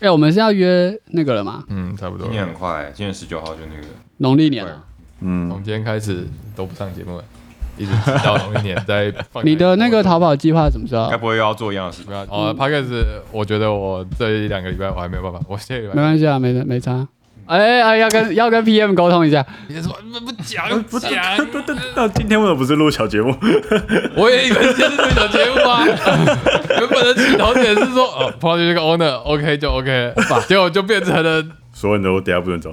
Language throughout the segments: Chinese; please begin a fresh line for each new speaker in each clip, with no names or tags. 哎，我们是要约那个了吗？
嗯，差不多
今
了。
天很快、今天十九号就那个，
农历年啊，。
从
嗯，
今天开始都不上节目了，一直直到农历年再放
你的
啊
那个逃跑计划怎么知道
该？不会又要做一样的事
没
吧？
有哦 p a c k e s 我觉得我这一两个礼拜我还没有办法，我下个礼
没
拜
关系啊，没没差。哎哎，要跟要跟 PM 沟通一下，
你说不不讲不讲，
啊 那今天为什么不是录小节目？
我也以为这是对手节目啊。原本的起头点是说哦 p o d u 这个 owner OK 就 OK，结果就变成了
所有人都等下不准走，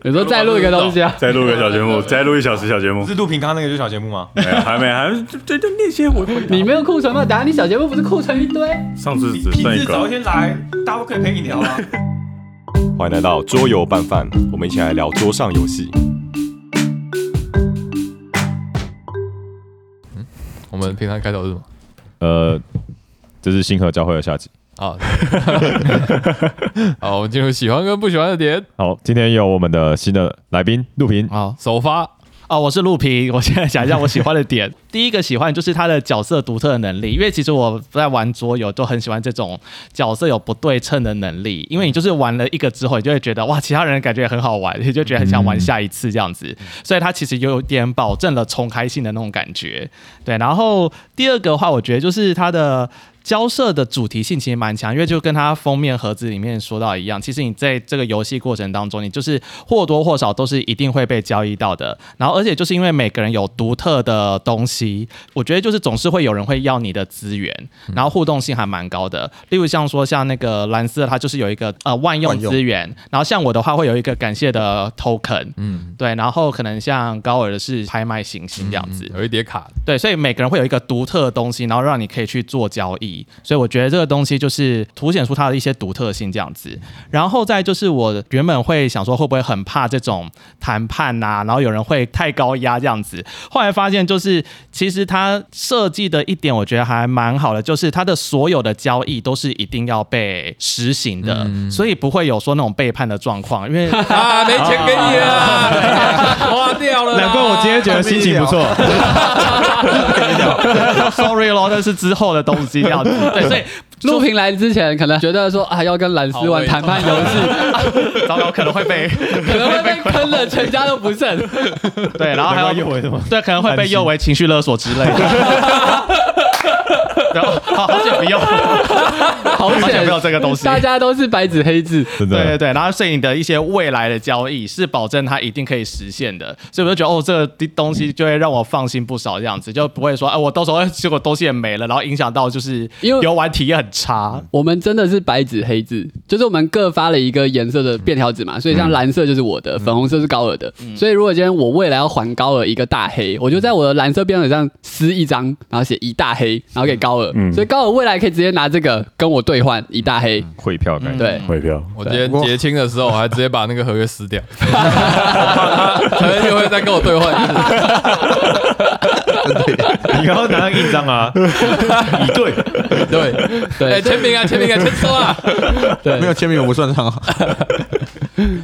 有时候再录一个东西啊。
再录个小节目，再录一小时小节 目
是，录平刚那个就是小节目吗？
没有还没还这这这那些我
你没有库存吗？答你小节目不是库存一堆？
上次只
平
剩一
日早一
个，
天来，大家可以陪你聊啊。
欢迎来到桌游拌饭，我们一起来聊桌上游戏。
我们平常开头是 什么？
呃，这是星河交汇的下集。
啊，好，我们进入喜欢跟不喜欢的点。
好，今天有我们的新的来宾陆平，
好
首发
哦，我是陆平，我现在讲一下我喜欢的点。第一个喜欢就是他的角色独特的能力，因为其实我在玩桌游都很喜欢这种角色有不对称的能力，因为你就是玩了一个之后，你就会觉得哇，其他人感觉也很好玩，你就觉得很想玩下一次这样子。所以他其实有点保证了重开性的那种感觉。对，然后第二个的话，我觉得就是他的。交涉的主题性其实蛮强，因为就跟它封面盒子里面说到一样，其实你在这个游戏过程当中，你就是或多或少都是一定会被交易到的。然后，而且就是因为每个人有独特的东西，我觉得就是总是会有人会要你的资源，然后互动性还蛮高的。例如像说像那个蓝色，它就是有一个呃万用资源，然后像我的话会有一个感谢的 token，嗯，对，然后可能像高尔的是拍卖行星这样子，
有一叠卡，
对，所以每个人会有一个独特的东西，然后让你可以去做交易。所以我觉得这个东西就是凸显出它的一些独特性这样子。然后再就是我原本会想说会不会很怕这种谈判呐、然后有人会太高压这样子。后来发现就是其实它设计的一点我觉得还蛮好的，就是它的所有的交易都是一定要被实行的，所以不会有说那种背叛的状况，因为。
啊，没钱给你 了，花掉了啦。
难怪我今天觉得心情不 错。
Sorry 咯，那是之后的东西这样子。 对，所以
录屏来之前可能觉得说啊要跟蓝斯玩谈判游戏，
糟糕，可能会 被
可能会被坑了，全家都不剩。
对，然后还有
右为什么？
对，可能会被诱为情绪勒索之类的。 然后好好久不用，
好
好久
险
没有这个东西。
大家都是白纸黑字。
真
对对
的，
对，然后所以你的一些未来的交易是保证它一定可以实现的，所以我就觉得哦，这个东西就会让我放心不少，这样子就不会说哎、我到时候哎结果东西也没了，然后影响到就是
因为
游玩体验很差。
我们真的是白纸黑字，就是我们各发了一个颜色的便条纸嘛，所以像蓝色就是我的，粉红色是高尔的，所以如果今天我未来要还高尔一个大黑，我就在我的蓝色便条纸上撕一张，然后写一大黑，然后给高尔，所以高尔未来可以直接拿这个跟我兑换一大黑，
汇票
嗯
感觉。
对，
回票。
我今天结清的时候，我还直接把那个合约撕掉，我怕他合约就会再跟我兑换一次。
你刚刚拿了印章 啊？
一对，
对，
对
哎，签名啊，签名啊， 签收啊。
没有签名我不算账号。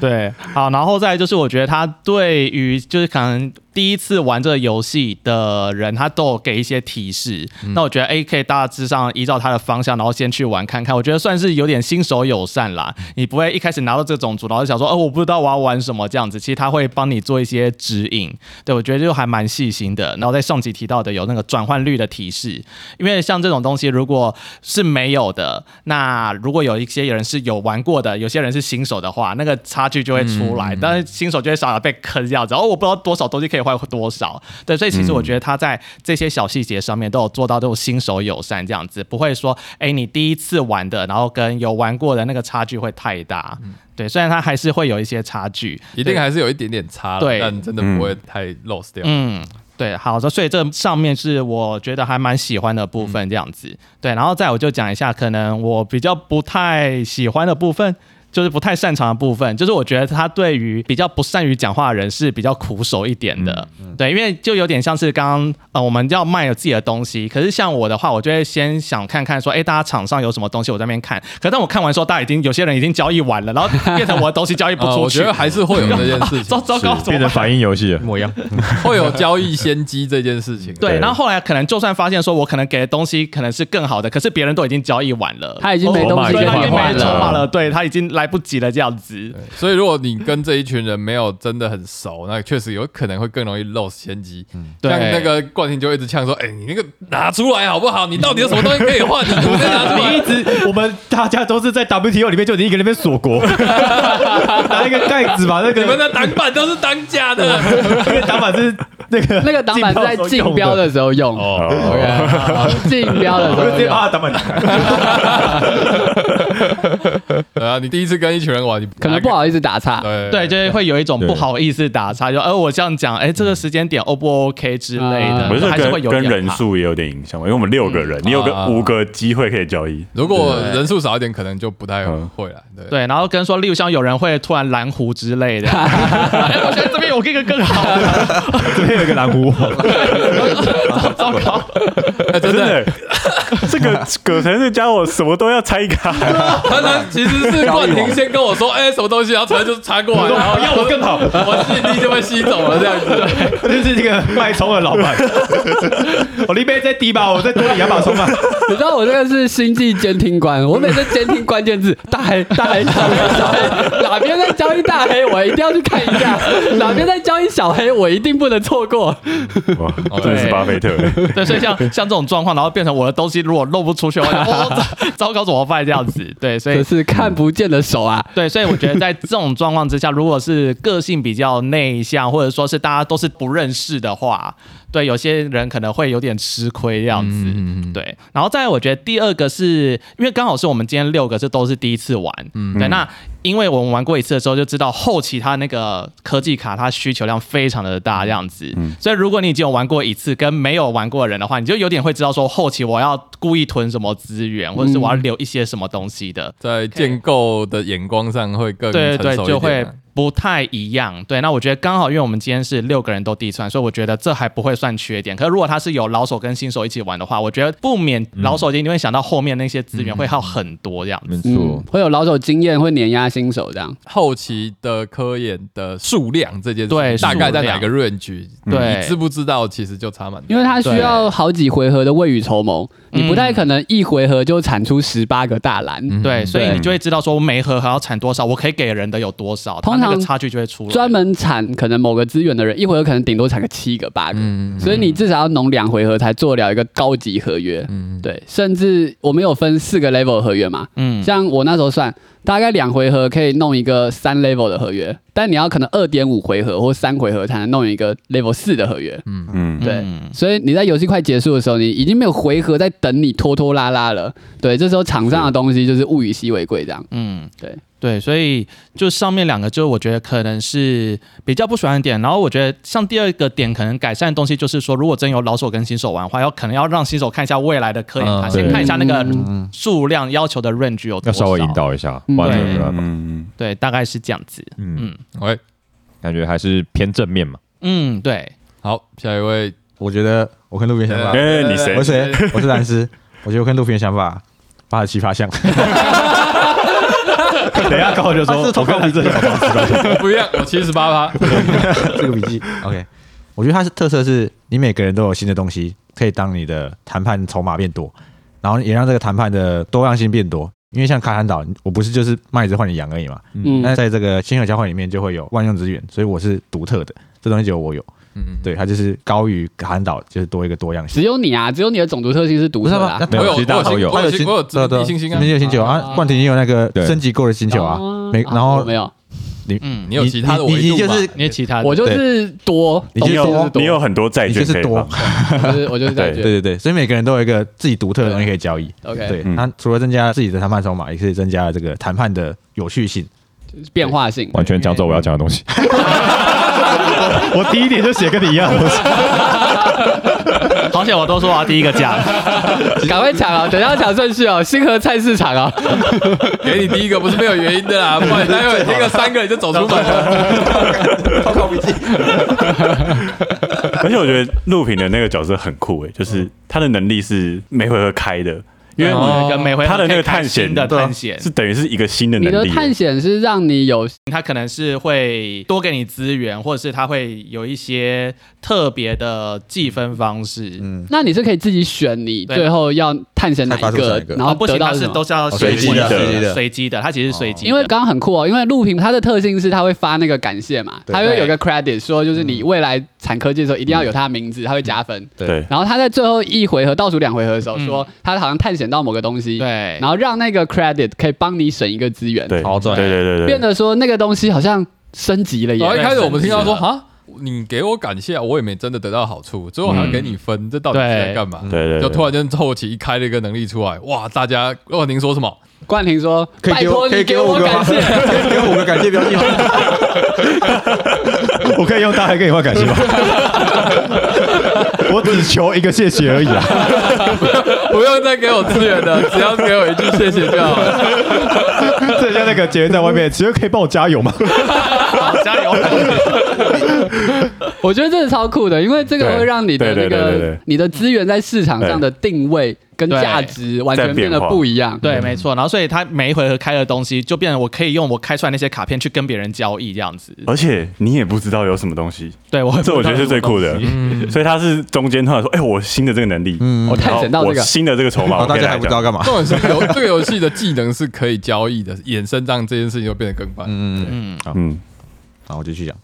对，好，然后再来就是我觉得他对于就是可能第一次玩这个游戏的人，他都有给一些提示。那我觉得 A 可以大致上依照他的方向，然后先去玩看看。我觉得算是有点新手友善啦，你不会一开始拿到这种组，然后就想说哦我不知道我要玩什么这样子。其实他会帮你做一些指引，对我觉得就还蛮细心的。然后在上集提到的有那个转换率的提示，因为像这种东西如果是没有的，那如果有一些人是有玩过的，有些人是新手的话，那个差距就会出来，但是新手就会少少被坑这样子。哦，我不知道多少东西可以换多少，对，所以其实我觉得他在这些小细节上面都有做到这种新手友善这样子，不会说，哎，你第一次玩的，然后跟有玩过的那个差距会太大。对，虽然它还是会有一些差距，
一定还是有一点点差啦，
对
但真的不会太 lost 掉。
嗯，对，好的，所以这上面是我觉得还蛮喜欢的部
嗯
分，这样子。对，然后再我就讲一下，可能我比较不太喜欢的部分。就是不太擅长的部分，就是我觉得他对于比较不善于讲话的人是比较苦手一点的，
嗯
对，因为就有点像是刚刚呃我们要卖了自己的东西，可是像我的话，我就会先想看看说，哎，大家场上有什么东西，我在那边看，可当我看完之后，大家已经有些人已经交易完了，然后变成我的东西交易不
啊
出
我
去，
觉得 还是会有这 件
啊
事
糟
情，
糟糕，怎
变
么
成反应游戏了
一。模一样。
会有交易先机这件事 情。
对，
对
然后后来可能就算发现说我可能给的东西可能是更好的，可是别人都已经交易完了，
他已经没东西可
对
以
他已经没
换
筹码
了。
了，对他已经来不及了这样子。
所以如果你跟这一群人没有真的很熟，那确实有可能会更容易 lose 先机。
嗯
对
像那个冠廷就一直呛说：“哎、你那个拿出来好不好？你到底有什么东西可以换？你怎么可以拿 出
你一
来？”
直， 我们大家都是在 WTO 里面，就你一个人在那边锁国，拿那个盖子把那
你们
个
的挡板都是当假的，
那个挡板是那个
那个挡板是在竞标的时候用，OK，竞标的时
我就直
候
接
用
把。
啊
它挡板打开。
对啊，你第一次跟一群人玩，你啊
可能不好意思打岔，
对
对，就是会有一种不好意思打岔，就呃我这样讲，哎，这个时间点 O 不 OK 之类的
啊，
我
还
是
是会
跟
有
跟
点
人
怕。
数也有点影响嘛，因为我们六个人，你有
啊
个五个机会可以交易。
如果人数少一点，可能就不太
嗯
会了。对，
对，然后跟说，例如像有人会突然蓝湖之类的，哎，我觉得这边有一个更好的，
这边有一个蓝湖，
糟糕，
哎真
真
的，
的，这个葛城这家伙什么都要拆开，
他他其实是冠
啊
廷先跟我说：“哎，什么东西？”然后突然就插过来，然
哦
后
要我更好，
我吸引力就被吸走了，这样子。
就是 这个卖葱的老 板。我利贝再低吧，我再多两把葱吧。
你知道我这个是星际监听官，我每次监听关键字大黑大黑小黑小黑，哪边在交易大黑，我一定要去看一下；哪边在交易小黑，我一定不能错过。
哇，真的是巴菲特。
对，所以像像这种状况，然后变成我的东西如果漏不出去，我就哦糟糟糕怎么办这样子？对，所以
可是看不见的手啊，
对，所以我觉得在这种状况之下，如果是个性比较内向，或者说是大家都是不认识的话，对，有些人可能会有点吃亏这样子。
嗯
对，然后再来我觉得第二个是因为刚好是我们今天六个是都是第一次玩，对，那因为我们玩过一次的时候就知道后期它那个科技卡它需求量非常的大这样子，所以如果你已经有玩过一次跟没有玩过的人的话，你就有点会知道说后期我要故意囤什么资源，或者是我要留一些什么东西的。
在建构的眼光上会更
对对
成
对，
熟
就
一
会
点啊。
不太一样。对，那我觉得刚好，因为我们今天是六个人都第一次玩，所以我觉得这还不会算缺点。可是如果他是有老手跟新手一起玩的话，我觉得不免老手一定会想到后面那些资源会耗很多这样子。
嗯
没错，，
会有老手经验，会碾压新手这样。
后期的科研的数量这件事，
对
大概在
数
哪
量
个 range？
对
你知不知道？其实就差蛮多。
因为他需要好几回合的未雨绸缪，
嗯
你不太可能一回合就产出十八个大蓝。
嗯
对，所以
对
你就会知道说，我每一盒还要产多少，我可以给人的有多少，它
通
那个
常
差距就会出来。
专门产可能某个资源的人，一回合可能顶多产个七个八
嗯
个，所以你至少要弄两回合才做了一个高级合约。
嗯
对，甚至我们有分四个 level 合约嘛，
嗯
像我那时候算，大概两回合可以弄一个三 level 的合约，但你要可能二点五回合或三回合才能弄一个 level 四的合约。
嗯，
对，
嗯
所以你在游戏快结束的时候，你已经没有回合在等你拖拖拉拉了。对，这时候场上的东西就是物以稀为贵这样。
嗯，
对
对，所以就上面两个，就我觉得可能是比较不喜欢的点。然后我觉得像第二个点，可能改善的东西就是说，如果真有老手跟新手玩的话，要可能要让新手看一下未来的科研卡，
嗯
先
对
看一下那个数量要求的 range 有多
要
少，
稍微引。导一下，
嗯
不然真的没办法。
嗯，
对，大概是这样子。
嗯，
喂，
感觉还是偏正面嘛。
嗯，对，
好，下一位，
我觉得我跟路边想法，
哎，你谁
我？是谁？我是蓝斯。我觉得我跟路边想法八十七八像，
等一下高就
他是同样这
不一样，我七十八趴，
这个笔记。OK，我觉得它是特色是，你每个人都有新的东西，可以当你的谈判筹码变多，然后也让这个谈判的多样性变多。因为像卡坦岛，我不是就是卖只换你羊而已嘛，
嗯
那在这个星河交换里面就会有万用资源，所以我是独特的，这东西只有我有。
嗯
对，它就是高于卡坦岛，就是多一个多样性。
只有你啊，只有你的种族特性是独
不是
特的、
吗
啊？。
没
我有
有，其实大家
我有
都有。
我有星我有
对啊对啊
自星星啊哦
你有星球啊
啊，
冠廷也有那个
对
升级过的星球啊，每然
哦
后
我没有，
你
嗯，
你有其他的
你
维
你
度
你就
吗
是
因为其他的
我就是多，
你
你
就是
有
多
你有很多债
你
券
就
可
是
以
多
放，，
我就是我就是在 觉
对
得
对对，所以每个人都有一个自己独特的东西可以交易。
OK
对，
嗯
它除了增加自己的谈判筹码，也是增加了这个谈判的有趣 性。
变化性。
完全讲走我要讲的东西。
我第一点就写跟你一样，
好险我都说我要第一个讲。
赶快抢啊！等一下抢顺序 哦，星河菜市场啊，
给你第一个不是没有原因的 啦，不然待会听个三个你就走出门了。
报告笔记，
而且我觉得陆平的那个角色很酷诶、就是他的能力是每回合开的，因为
哦
跟每回合
他的那
可以
个
看
探险
新的
对啊
探险
是，等于是一个新的
你
能
的
力
探
欸。
险是让你有
他可能是会多给你资源，或者是他会有一些特别的计分方式。嗯，
那你是可以自己选你
对
最后要探险哪一
开发出哪
个
一，个
然
然
后
后不
得
行，
到
他
什
是
么
都是要
随
哦机的
随机的
随机的，他其实是随机的。
因为刚刚很酷哦，因为录屏它的特性是它会发那个感谢嘛，
对
它会有个 credit 说就是你未来产科技的时候一定要有它的名字，它会加分。
对，
然后他在最后一回合倒数两回合的时候说他好像探险到某个东西，
对，
然后让那个 credit 可以帮你省一个资源，
对，
好赚
对对对对，
变得说那个东西好像升级了
然后一
耶。
开始我们听到说哈，你给我感谢，我也没真的得到好处，最后还要给你分，这到底是在干嘛？
对对，
就
对
突然间后期一开了一个能力出来，哇！大家哦，您说什么？
冠廷说：“
可以
拜
给
托
我，可
你
以给我
我
五个吗
感谢。
可以给我五个感谢标记吗？ 我可以用大黑跟你换感谢 吗？我只求一个谢谢而已啊！
不用再给我资源了，只要给我一句谢谢就好了。
这像那个捷运在外面，只有可以帮我加油吗？
好加油！
我觉得这是超酷的，因为这个
对
会让你的那
对对对对
个
对
你的资源在市场上的定位跟价值完全变得不一样。
对，没错。然后所以他每一回合开的东西，就变成我可以用我开出来那些卡片去跟别人交易这样子。
而且你也不知道有什么东西，
对我，
哦这我觉得是最酷的。所以他是中间突然说：“哎，我新的这个能力，
哦
我
然
探
后
险到这
我
个，
新的这个筹码，
好，
我
哦大
可以
家还
来
不知
讲
道干嘛？
重点是游这个游戏的技能是可以交易的，衍生让这件事情就变得更快。
嗯，
好，我就去讲。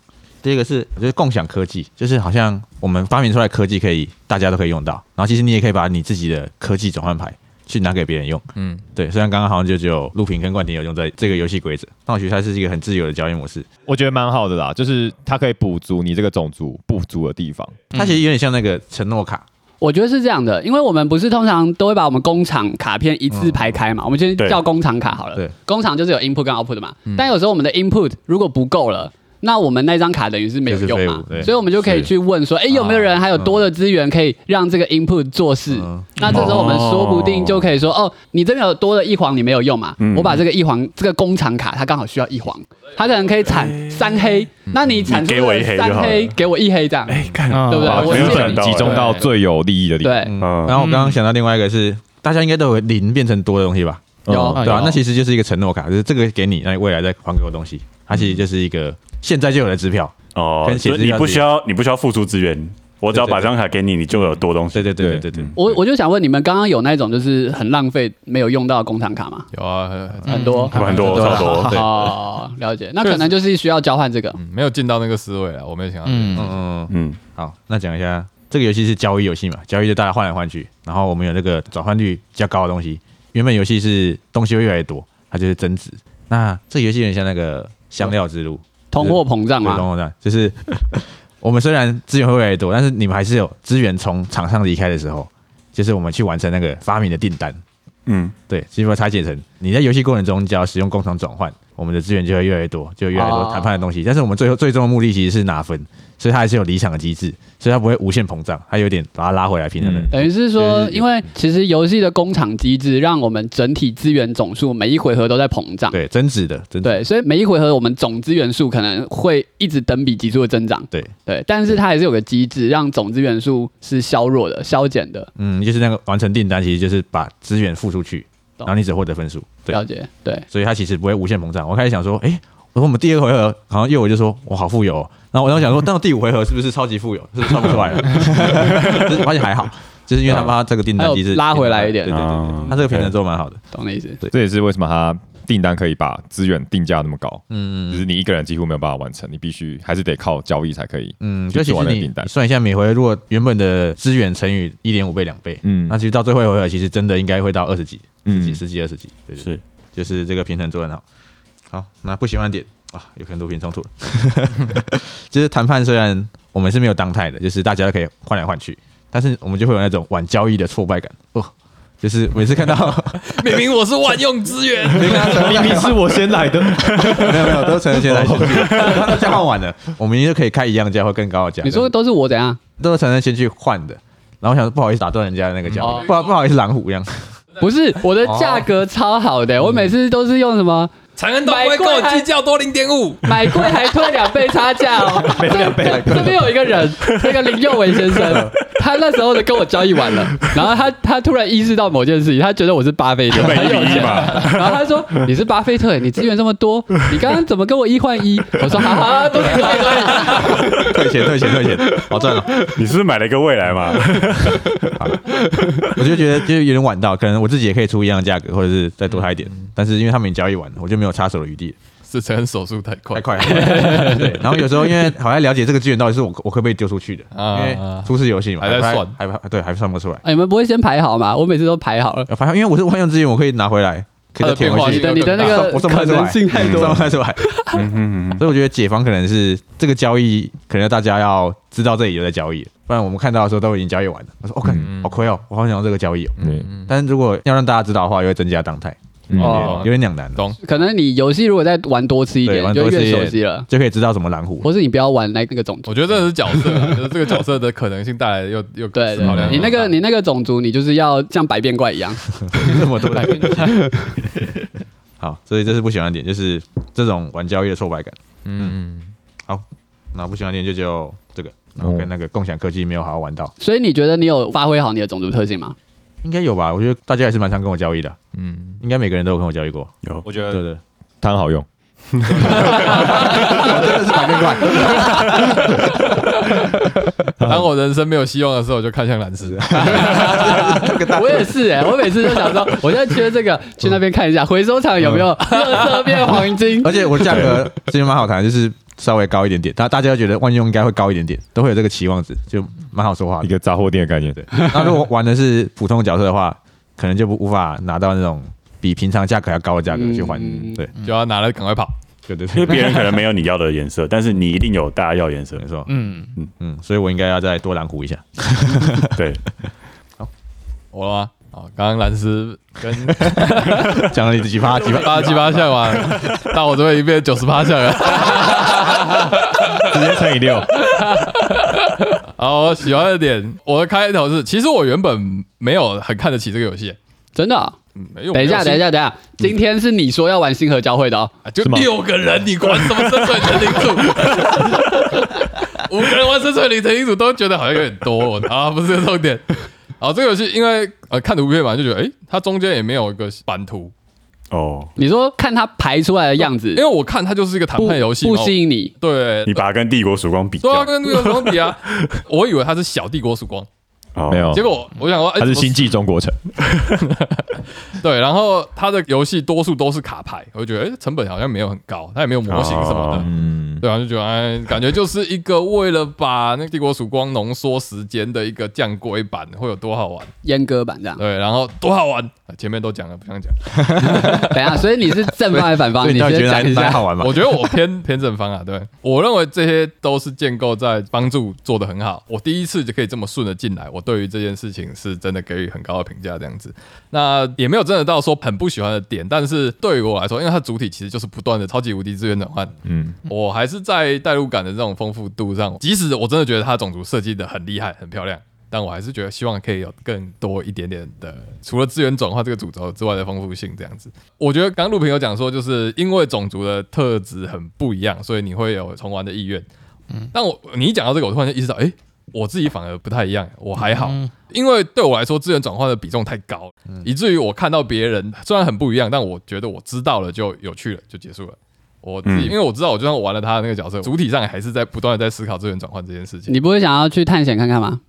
第一个是我觉得共享科技，就是好像我们发明出来的科技可以大家都可以用到，然后其实你也可以把你自己的科技转换牌去拿给别人用。
嗯
嗯，对。虽然刚刚好像就只有陆平跟冠廷有用在这个游戏规则，但我觉得它是一个很自由的交易模式。
我觉得蛮好的啦，就是它可以补足你这个种族不足的地方。
它其实有点像那个承诺卡，
我觉得是这样的，因为我们不是通常都会把我们工厂卡片一次排开嘛，我们先
嗯对嗯
叫工厂卡好了。
对，
工厂就是有 input 跟 output 的嘛，但有时候我们的 input 如果不够了。那我们那张卡等于是没有
就是
用
废物
嘛，
对
所以我们就可以去问说，哎，有没有
啊
人还有多的资源可以让这个 input 做事？
嗯
那这时候我们说不定就可以说，哦，你这边有多的一黄你没有用嘛，
嗯
我把这个一黄这个工厂卡它刚好需要一黄，它可能可以产三黑，那你产出
嗯你给我一黑就好
三
了
黑，给我一黑这样，
哎，看，
嗯
对不对
哇
哦
我
没有
是
想到
集中到最有利益的地方。
对，
嗯
然后我刚刚想到另外一个是，大家应该都有零变成多的东西吧？哦
有
对啊吧、那其实就是一个承诺卡，就是这个给你，那你未来再还给我东西。它其实就是一个现在就有的支票。
哦，
跟写
就
字
是你
要
不
自己
需要，你不需要付出资源，我只要
对对
把这张卡给你，你就有多东西。
对对对对对对。
我我就想问你们，刚刚有那种就是很浪费没有用到的工厂卡吗？
有啊，很
嗯很多，
很多
对
超多，
对
哦，了解。那可能就是需要交换这个。
嗯没有进到那个思维啊了，我没有想到。
嗯，
嗯，
嗯，
好，那讲一下这个游戏是交易游戏嘛？交易就大家换来换去，然后我们有那个转换率比较高的东西。原本游戏是东西会越来越多，它就是增值。那这个游戏有点像那个香料之路，
通货膨胀
对，懂
嘛，
我懂，就是我们虽然资源会越来越多，但是你们还是有资源从厂商离开的时候，就是我们去完成那个发明的订单。
嗯，
对，所以把它拆解成你在游戏过程中只要使用工厂转换，我们的资源就会越来越多，就越来越多
哦
谈判的东西。但是我们最后最终的目的其实是拿分，所以它还是有离场的机制，所以它不会无限膨胀，它有点把它拉回来平衡的。
等于是说，
对
因为其实游戏的工厂机制让我们整体资源总数每一回合都在膨胀。
对，增值的，增值。
对，所以每一回合我们总资源数可能会一直等比级数的增长。
对
对，但是它还是有个机制让总资源数是削弱的、消减的。
嗯，就是那个完成订单，其实就是把资源付出去，
懂
然后你只获得分数。对，
了解，对，
所以它其实不会无限膨胀。我开始想说，哎、我说我们第二回合好像右我就说我好富有、哦，然后我当时想说，到第五回合是不是超级富有？是不是算不出来了？ 就是发现还好，就是因为他把这个订单机制
啊还有拉回来一点哦
对对啊对
啊
对，他这个平衡做得蛮好的。
懂的意思。
这也是为什么它订单可以把资源定价那么高，嗯，就是你一个人几乎没有办法完成，你必须还是得靠交易才可以，
嗯，
去
就其
做完
实
那个
你
订单
你。算一下，每回合如果原本的资源乘以一点五倍、两倍，
嗯
嗯，那其实到最后一回合，其实真的应该会到二十几、十几、
嗯
十几、二十几，对对对
是
就是这个平衡做得很好。好，那不喜欢的点啊，有很多平冲突了。 就是谈判虽然我们是没有当态的，就是大家都可以换来换去，但是我们就会有那种晚交易的挫败感哦。就是每次看 到
明明我是万用资源，
明明是我先来的，
没有没有，都成人先来先去，他都交换完了，我们就可以开一样价或更高的价。
你说都是我怎样？
都是成人先去换的，然后我想说不好意思打断人家的那个脚
哦
本，不好不好意思狼虎一样，
不是我的价格超好的、我每次都是用什么
哦长安都不会跟我计较多零点五，
买贵还退两倍差价哦。两倍，这边有一个人，那个林佑文先生，他那时候的跟我交易完了，然后他他突然意识到某件事情，他觉得我是巴菲特，
买
很
一
有
比一
钱
嘛，
然后他说你是巴菲特，你资源这么多，你刚刚怎么跟我一换一？我说哈哈，都是对对。
退钱退钱退钱，好赚哦了。
哎你是不是买了一个未来 嘛？
我就觉得就是有点晚到，可能我自己也可以出一样的价格，或者是再多他一点，
嗯
但是因为他们已经交易完了，我就没有插手的余地了。
是承认手速太快
太。快了。对，然后有时候因为好像了解这个资源到底是我我可不可以丢出去的，
啊
因为初始游戏嘛，
还在算
还还对，还算不出来。
哎你们不会先排好吗？我每次都排好了。
呃反正因为我是万用资源，我可以拿回来，可以再填回
你
去。
的你的那
我
个
算我算不
可
太出
能
来，
性太多
算不太 出来。嗯所以我觉得解方可能是这个交易，可能要大家要知道这里有在交易，不然我们看到的时候都已经交易完了。我说 OK，好
嗯
亏哦，我好想要这个交易哦。
对，
但是如果要让大家知道的话，又会增加档态，嗯
哦
有点两难了。
懂
可能你游戏如果再玩多次一
对，
点，
玩
你
多
就
次
越熟
也
悉了。
就可以知道什么蓝湖。
或是你不要玩那那个种族，
我觉得这是角色啊，就是这个角色的可能性带来的又又
对
思考量
对，你那个你那个种族，你就是要像百变怪一样。
这 么多来宾。好，所以这是不喜欢的点，就是这种玩交易的挫败感。
嗯，
好，那不喜欢的点就只有这个，然后跟那个共享科技没有好好玩到，
所以你觉得你有发挥好你的种族特性 吗？
应该有吧？我觉得大家也是蛮常跟我交易的，嗯，呃应该每个人都有跟我交易过。
有
我觉
对
得
对，
它很好 用，
真的是百变怪。
当我人生没有希望的时候，我就看向蓝斯。
我也是哎、我每次都想说，我现在缺这个，去那边看一下回收厂有没有
嗯
垃圾变黄金。
而且我价格其实蛮好谈，就是稍微高一点点，大大家都觉得万用应该会高一点点，都会有这个期望值，就蛮好说话
一
的。
个杂货店的概 念。对，
那如果玩的是普通角色的话，可能就不无法拿到那种比平常价格要高的价格去换。
嗯
对
就要拿来赶快跑。
对对
因
对
为别人可能没有你要的颜色，但是你一定有大家要的 颜色
没。错，嗯嗯嗯，所以我应该要再多蓝湖一下。
对，
我了吗？好，刚刚蓝斯跟
讲了几 趴几趴，
八七八项完， 到我这边已经变九十八项了。
直接乘以六，
好，我喜欢的点，我的开头是，其实我原本没有很看得起这个游戏。
真的哦、
嗯
没有嗯
等一下，等一
下，
下，等一下，今天是你说要玩星河交汇的哦。
啊就六个人，你管什么深水城领主？ 五个人玩深水城领主都觉得好像有点多啊，不是这个重点。好，这个游戏因为呃看图片嘛，就觉得诶，它中间也没有一个版图，
哦，
你说看它排出来的样子
因，为我看它就是一个谈
不
判游戏哦
不
嘛，
吸引你。
对
你，把它跟帝国曙光比
对啊，
较，
跟那个什么比 啊，我以为它是小帝国曙光，
哦
没有，
结果我想说，哎，
它是
怎么
星际中国城，
对，然后它的游戏多数都是卡牌，我就觉得哎，成本好像没有很高，它也没有模型什么的
哦，
嗯，
对啊，就觉得哎，感觉就是一个为了把那帝国曙光浓缩时间的一个降规版，会有多好玩？
阉割版这样，
对，然后多好玩，前面都讲了，不想讲。
等一下，所以你是正方还是反方？
所以
你
你到底
先
觉得
讲一
哪哪
下。
好玩嘛
我？觉得我偏 偏正方啊，对我认为这些都是建构在帮助做得很好。我第一次就可以这么顺的进来，我对于这件事情是真的给予很高的评价，这样子。那也没有真的到说很不喜欢的点，但是对于我来说，因为它主体其实就是不断的超级无敌资源转换，嗯，我还是在代入感的这种丰富度上，即使我真的觉得它种族设计的很厉害、很漂亮。但我还是觉得希望可以有更多一点点的，除了资源转化这个主轴之外的丰富性，这样子。我觉得刚刚陆平有讲说，就是因为种族的特质很不一样，所以你会有重玩的意愿。嗯，但我你一讲到这个，我突然就意识到，诶，我自己反而不太一样，我还好，因为对我来说资源转换的比重太高，以至于我看到别人虽然很不一样，但我觉得我知道了就有趣了，就结束了。我自己、因
嗯
为我知道，我就算我玩了他的那个角色，主体上还是在不断的在思考资源转换这件事情。
你不会想要去探险看看吗？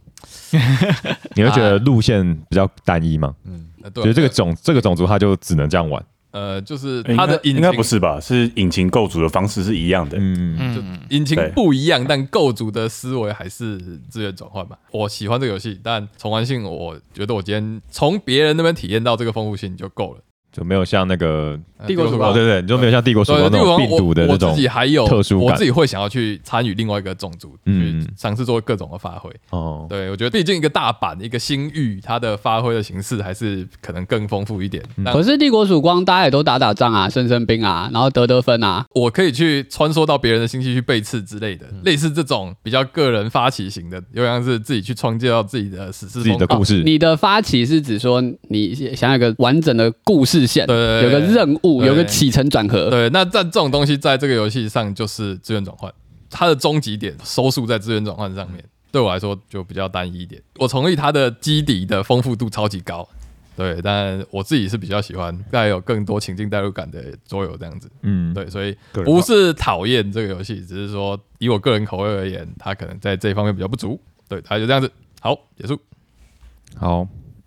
你会觉得路线比较单一吗？
呃对
觉得这个种这个种族它就只能这样玩，
呃，就是
哎
它的引
应
擎
该应该不是吧？是引擎构筑的方式是一样的。
嗯，
就引擎
对
不一样，但构筑的思维还是资源转换吧。我喜欢这个游戏，但重玩性，我觉得我今天从别人那边体验到这个丰富性就够了。
就没有像那个
呃
帝国主
吧
哦，对对，你就没有像帝国鼠
对，
王那
帝国
种病毒的
我
那
我
种
自己还有
特殊感
我自己会想要去参与另外一个种族，
嗯
去尝试做各种的发挥。
哦，
对，我觉得毕竟一个大阪，一个新域，它的发挥的形式还是可能更丰富一点。
嗯
那
可是帝国曙光大家也都打打仗啊，生生兵啊，然后得得分啊，
我可以去穿梭到别人的星系去背刺之类的，
嗯
类似这种比较个人发起型的，有点像是自己去创建到自己的史诗
自己
风
的
格。
故事，
哦你的发起是指说你想要有个完整的故事线，
对对
有
对
个任务，
对
有个起承转合。
对，那在这种东西在这个游戏上就是资源转换，它的终极点收束在资源转换上面，对我来说就比较单一一点。我同意它的基底的丰富度超级高，对，但我自己是比较喜欢带有更多情境代入感的桌游这样子。
嗯，
对，所以
个人
不是讨厌这个游戏，只是说以我个人口味而言，它可能在这一方面比较不足。对，它就这样子。好，结束。
好，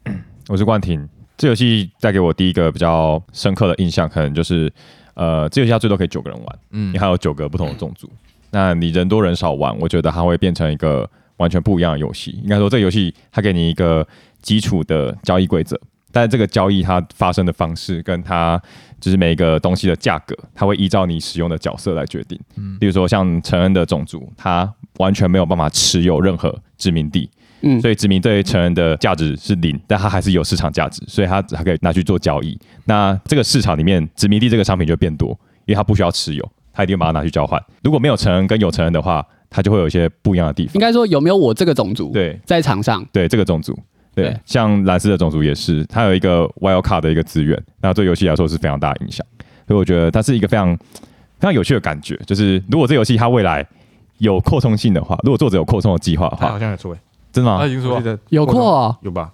我是冠廷。这游戏带给我第一个比较深刻的印象，可能就是，呃，这游戏它最多可以九个人玩，
嗯
你还有九个不同的种族。那你人多人少玩，我觉得它会变成一个完全不一样的游戏。应该说，这个游戏它给你一个基础的交易规则，但是这个交易它发生的方式跟它就是每一个东西的价格，它会依照你使用的角色来决定。例如说，像陈恩的种族，他完全没有办法持有任何殖民地，
嗯，
所以殖民对成人的价值是零，但它还是有市场价值，所以它还可以拿去做交易。那这个市场里面，殖民地这个商品就变多，因为它不需要持有，它一定把它拿去交换。如果没有成人跟有成人的话，它就会有一些不一样的地
应
方。
该说有没有我这个种族
对
在场上？
对，这个种族，对，
对
像蓝色的种族也是，它有一个 wild card 的一个资源，那对游戏来说是非常大的影响。所以我觉得它是一个非常非常有趣的感觉，就是如果这游戏它未来有扩充性的话，如果作者有扩充的计划的
他
话
好，像有出欸，
真的吗
他？已经
我
说
记得
有
扩充
啊
扩哦
有吧？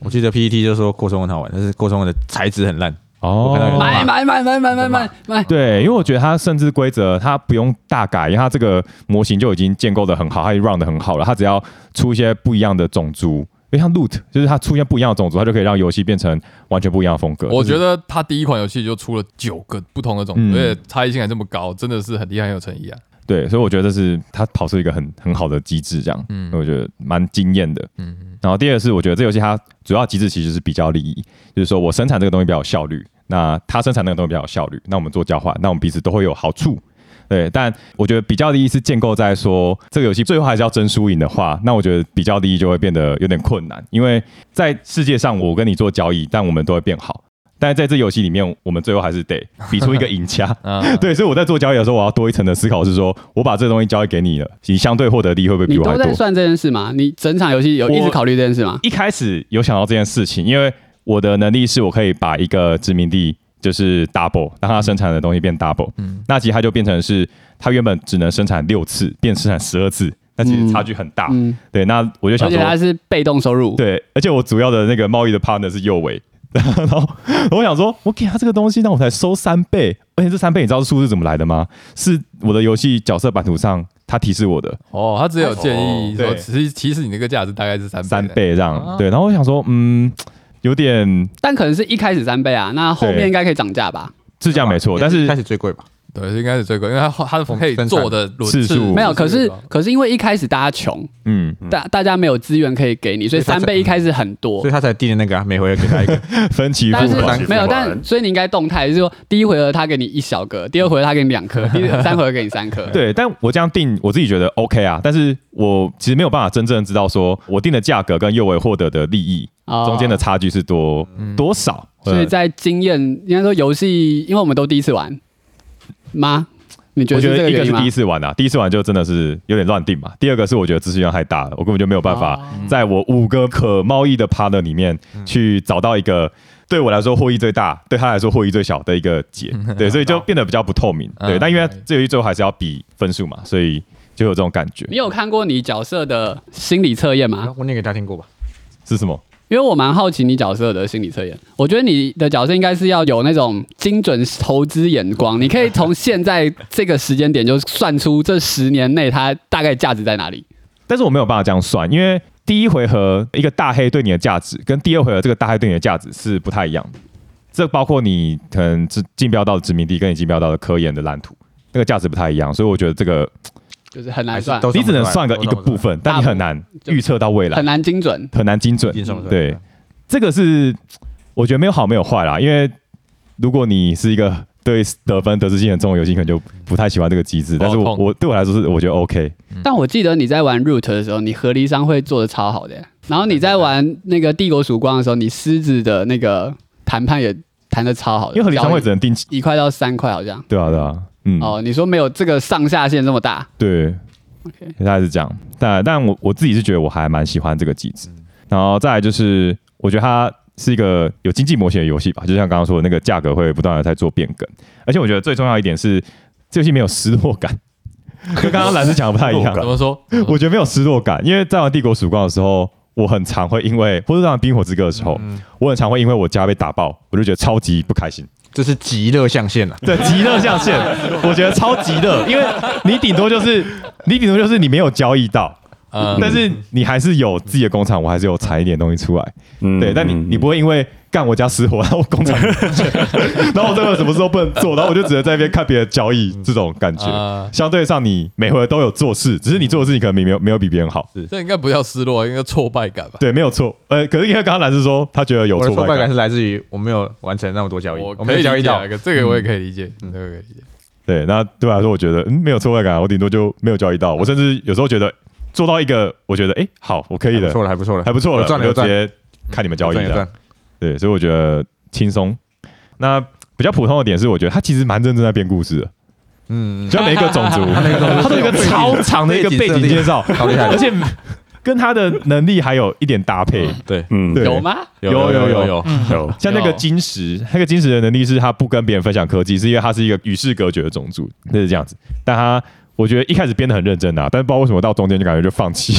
我记得 PPT 就说扩充很好玩，但是扩充的材质很烂，
哦
我看到有
买买买买买买买买，
对，因为我觉得它甚至规则它不用大改，因为它这个模型就已经建构的很好，它 run 的很好了，它只要出一些不一样的种族。因为像 loot，就是它出现不一样的种族，它就可以让游戏变成完全不一样的风格。
我
就是
觉得他第一款游戏就出了九个不同的种
嗯
族，而且差异性还这么高，真的是很厉害，很有诚意啊。
对，所以我觉得这是它跑出一个很很好的机制，这样，
嗯
嗯，我觉得蛮惊艳的。
嗯，
然后第二个是，我觉得这游戏它主要机制其实是比较利益，就是说我生产这个东西比较有效率，那他生产那个东西比较有效率，那我们做交换，那我们彼此都会有好处。对，但我觉得比较利益是建构在说这个游戏最后还是要争输赢的话，那我觉得比较利益就会变得有点困难，因为在世界上我跟你做交易，但我们都会变好，但是在这游戏里面，我们最后还是得比出一个赢家。
啊，
对，所以我在做交易的时候，我要多一层的思考，是说我把这东西交易给你了，你相对获得利会不会比
你
我还
都
多
在？算这件事吗？你整场游戏有一直
我
考虑这件事吗？
一开始有想到这件事情，因为我的能力是我可以把一个殖民地就是 double，让它生产的东西变 double，
嗯
那其实它就变成是它原本只能生产六次，变生产十二次，那其实差距很大。
嗯，
对，那我就
而
想
且
说，
它是被动收入，
对，而且我主要的那个贸易的 partner 是右维， 然后我想说，我给他这个东西，那我才收三倍，而且这三倍你知道数字怎么来的吗？是我的游戏角色版图上他提示我的
哦，他只有建议
哦
说，
对
其实其实你那个价值大概是三
三
倍
倍这
啊
样，对，然后我想说，嗯，有点
但可能是一开始三倍啊，那后面
对
应该可以涨价吧？
是这样没错，但
一
是
开始最贵吧？
的，对，应该是最贵，因为他他的可以做的轮
次数
没有，可
次
是
数吧
可是因为一开始大家穷，
嗯，
大大家没有资源可以给你，所以
所以它
三
才
倍一开始很多
所以。他才定的那个啊，每回合给他一个。
分期付
但是
款
三
没有，
付款
但所以你应该动态，就是说第一回合他给你一小颗，第二回合他给你两颗，第三回合给你三颗。
对，但我这样定，我自己觉得 OK 啊，但是我其实没有办法真正知道说我定的价格跟右维获得的利益
哦
中间的差距是多多少，
嗯
呃
所以
对
在经验，应该说游戏，因为我们都第一次玩吗？你觉
我
得
觉
是这
得一个
原
是
因吗
第一？次玩啊，第一次玩就真的是有点乱定嘛。第二个是我觉得资讯量太大了，我根本就没有办法
哦
在我五个可贸易的 partner 里面
嗯
去找到一个对我来说获益最大，对他来说获益最小的一个解。
嗯
对，所以就变得比较不透明。
嗯
对，但因为这游戏最后还是要比分数嘛，所以就有这种感觉
你有看过你角色的心理测验
啊
吗？
我念给他听过吧？
是什么？
因为我蛮好奇你角色的心理测验，我觉得你的角色应该是要有那种精准投资眼光，你可以从现在这个时间点就算出这十年内它大概价值在哪里。
但是我没有办法这样算，因为第一回合一个大黑对你的价值，跟第二回合这个大黑对你的价值是不太一样的。这包括你可能竞竞标到的殖民地，跟你竞标到的科研的蓝图，那个价值不太一样，所以我觉得这个
就是很难
还是
算，嗯
都
你只能算
算
个
不出来
一个部分，
都
但
算不出来
你很难预测到未来
很，难精准。
很难精准
一定算不。出来
对，这个是我觉得没有好没有坏啦，因为如果你是一个对得分得失心很重的游戏，可能就不太喜欢这个机制。但是
头
我
好痛
我对我来说是我觉得 OK，
但我记得你在玩 Root 的时候，你合离商会做的超好的耶，然后你在玩那个帝国曙光的时候，你狮子的那个谈判也谈的超好的，
因为合理仓会只能定期。
一块到三块好像。
对啊，对啊，嗯，
哦，你说没有这个上下限这么大
对，
，OK，
大概是这样。但但我我自己是觉得我还蛮喜欢这个机制。然后再来就是，我觉得它是一个有经济模型的游戏吧，就像刚刚说的那个价格会不断的在做变更，而且我觉得最重要一点是，这游戏没有失落感，跟刚刚蓝斯讲的不太一样
怎。么 说？
我觉得没有失落感，因为在玩《帝国曙光》的时候，我很常会因为，或者在玩《冰火之歌》的时候，我很常会因为我家被打爆，我就觉得超级不开心。
这是极热象限啊了。
对，极热象限，我觉得超级热，因为你顶多就是你顶多就是你没有交易到，
嗯
但是你还是有自己的工厂，我还是有产一点东西出来。
嗯
对，但你你不会因为干我家失火，然后我工厂 然后我这个什么事都不能做，然后我就只能在那边看别人交易，这种感觉
啊。
相对上，你每回都有做事，只是你做的事情可能没有没有比别人好。
这应该不叫失落，应该挫败感吧？
对，没有错。呃，可是因为刚刚蓝是说他觉得有
我的
挫
挫
败
败感
感，
是来自于我没有完成那么多交易，我
我
没
可
有
以
交
理
易
解
到
啊，。这个我也可以理解，
嗯
这个我也可以理解。
对，那对我来说，我觉得嗯没有挫败感，我顶多就没有交易到。我甚至有时候觉得做到一个，我觉得哎、诶好，我可以
还不
的，
错了，还不错了，
还不错
有
了，
赚了
我
有
就直
赚，
接看你们交易
有赚有
这样
赚。
对，所以我觉得轻松。那比较普通的点是，我觉得他其实蛮认真在编故事的。
嗯，
就每一个种 族，他 都有一个超长的一个背景介绍，
超厉害的
而且
嗯
跟他的能力还有一点搭配。
对，
嗯
对
有吗？
有
有有
有
有
有，
有
像那个金石，那个金石的能力是他不跟别人分享科技，是因为他是一个与世隔绝的种族，那是这样子。但他我觉得一开始编得很认真啊，但是不知道为什么到中间就感觉就放弃，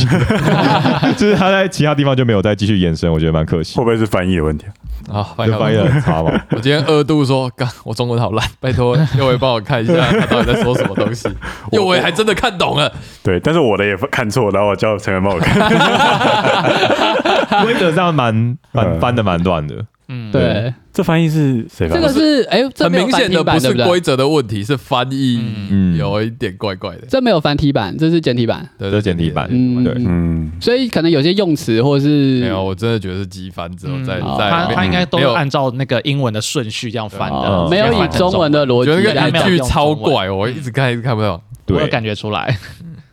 就是他在其他地方就没有再继续延伸，我觉得蛮可惜
会。不会是翻译的问题啊？
啊，翻
嗯就翻译
译
的很 差嘛，
我今天二度说，刚我中文好烂，拜托右伟帮我 看一下他到底在说什么东西。右伟还真的看懂了，
对，但是我的也看错，然后我叫成员帮我看。
规则上蛮蛮翻的蛮乱的，
对，
这翻译是谁
这
翻译？
个是哎，这
很
没有
明
繁
显
体
的不
版，对
是
不对
规？则的问题，是翻译
嗯
有一点怪怪的。
这没有繁体版，这是简体版，
对
这是简体版，
嗯，
对，
嗯，
所以可能有些用词或是
没有，我真的觉得是机翻之后再
嗯
他他
再
应该都
没
是
有
按照那个英文的顺序这样翻
哦
的，
啊没有以中文的逻
我
辑
觉得那
来
个
讲
语句超怪，我一直看一直看不懂
我有
对，
感觉出来。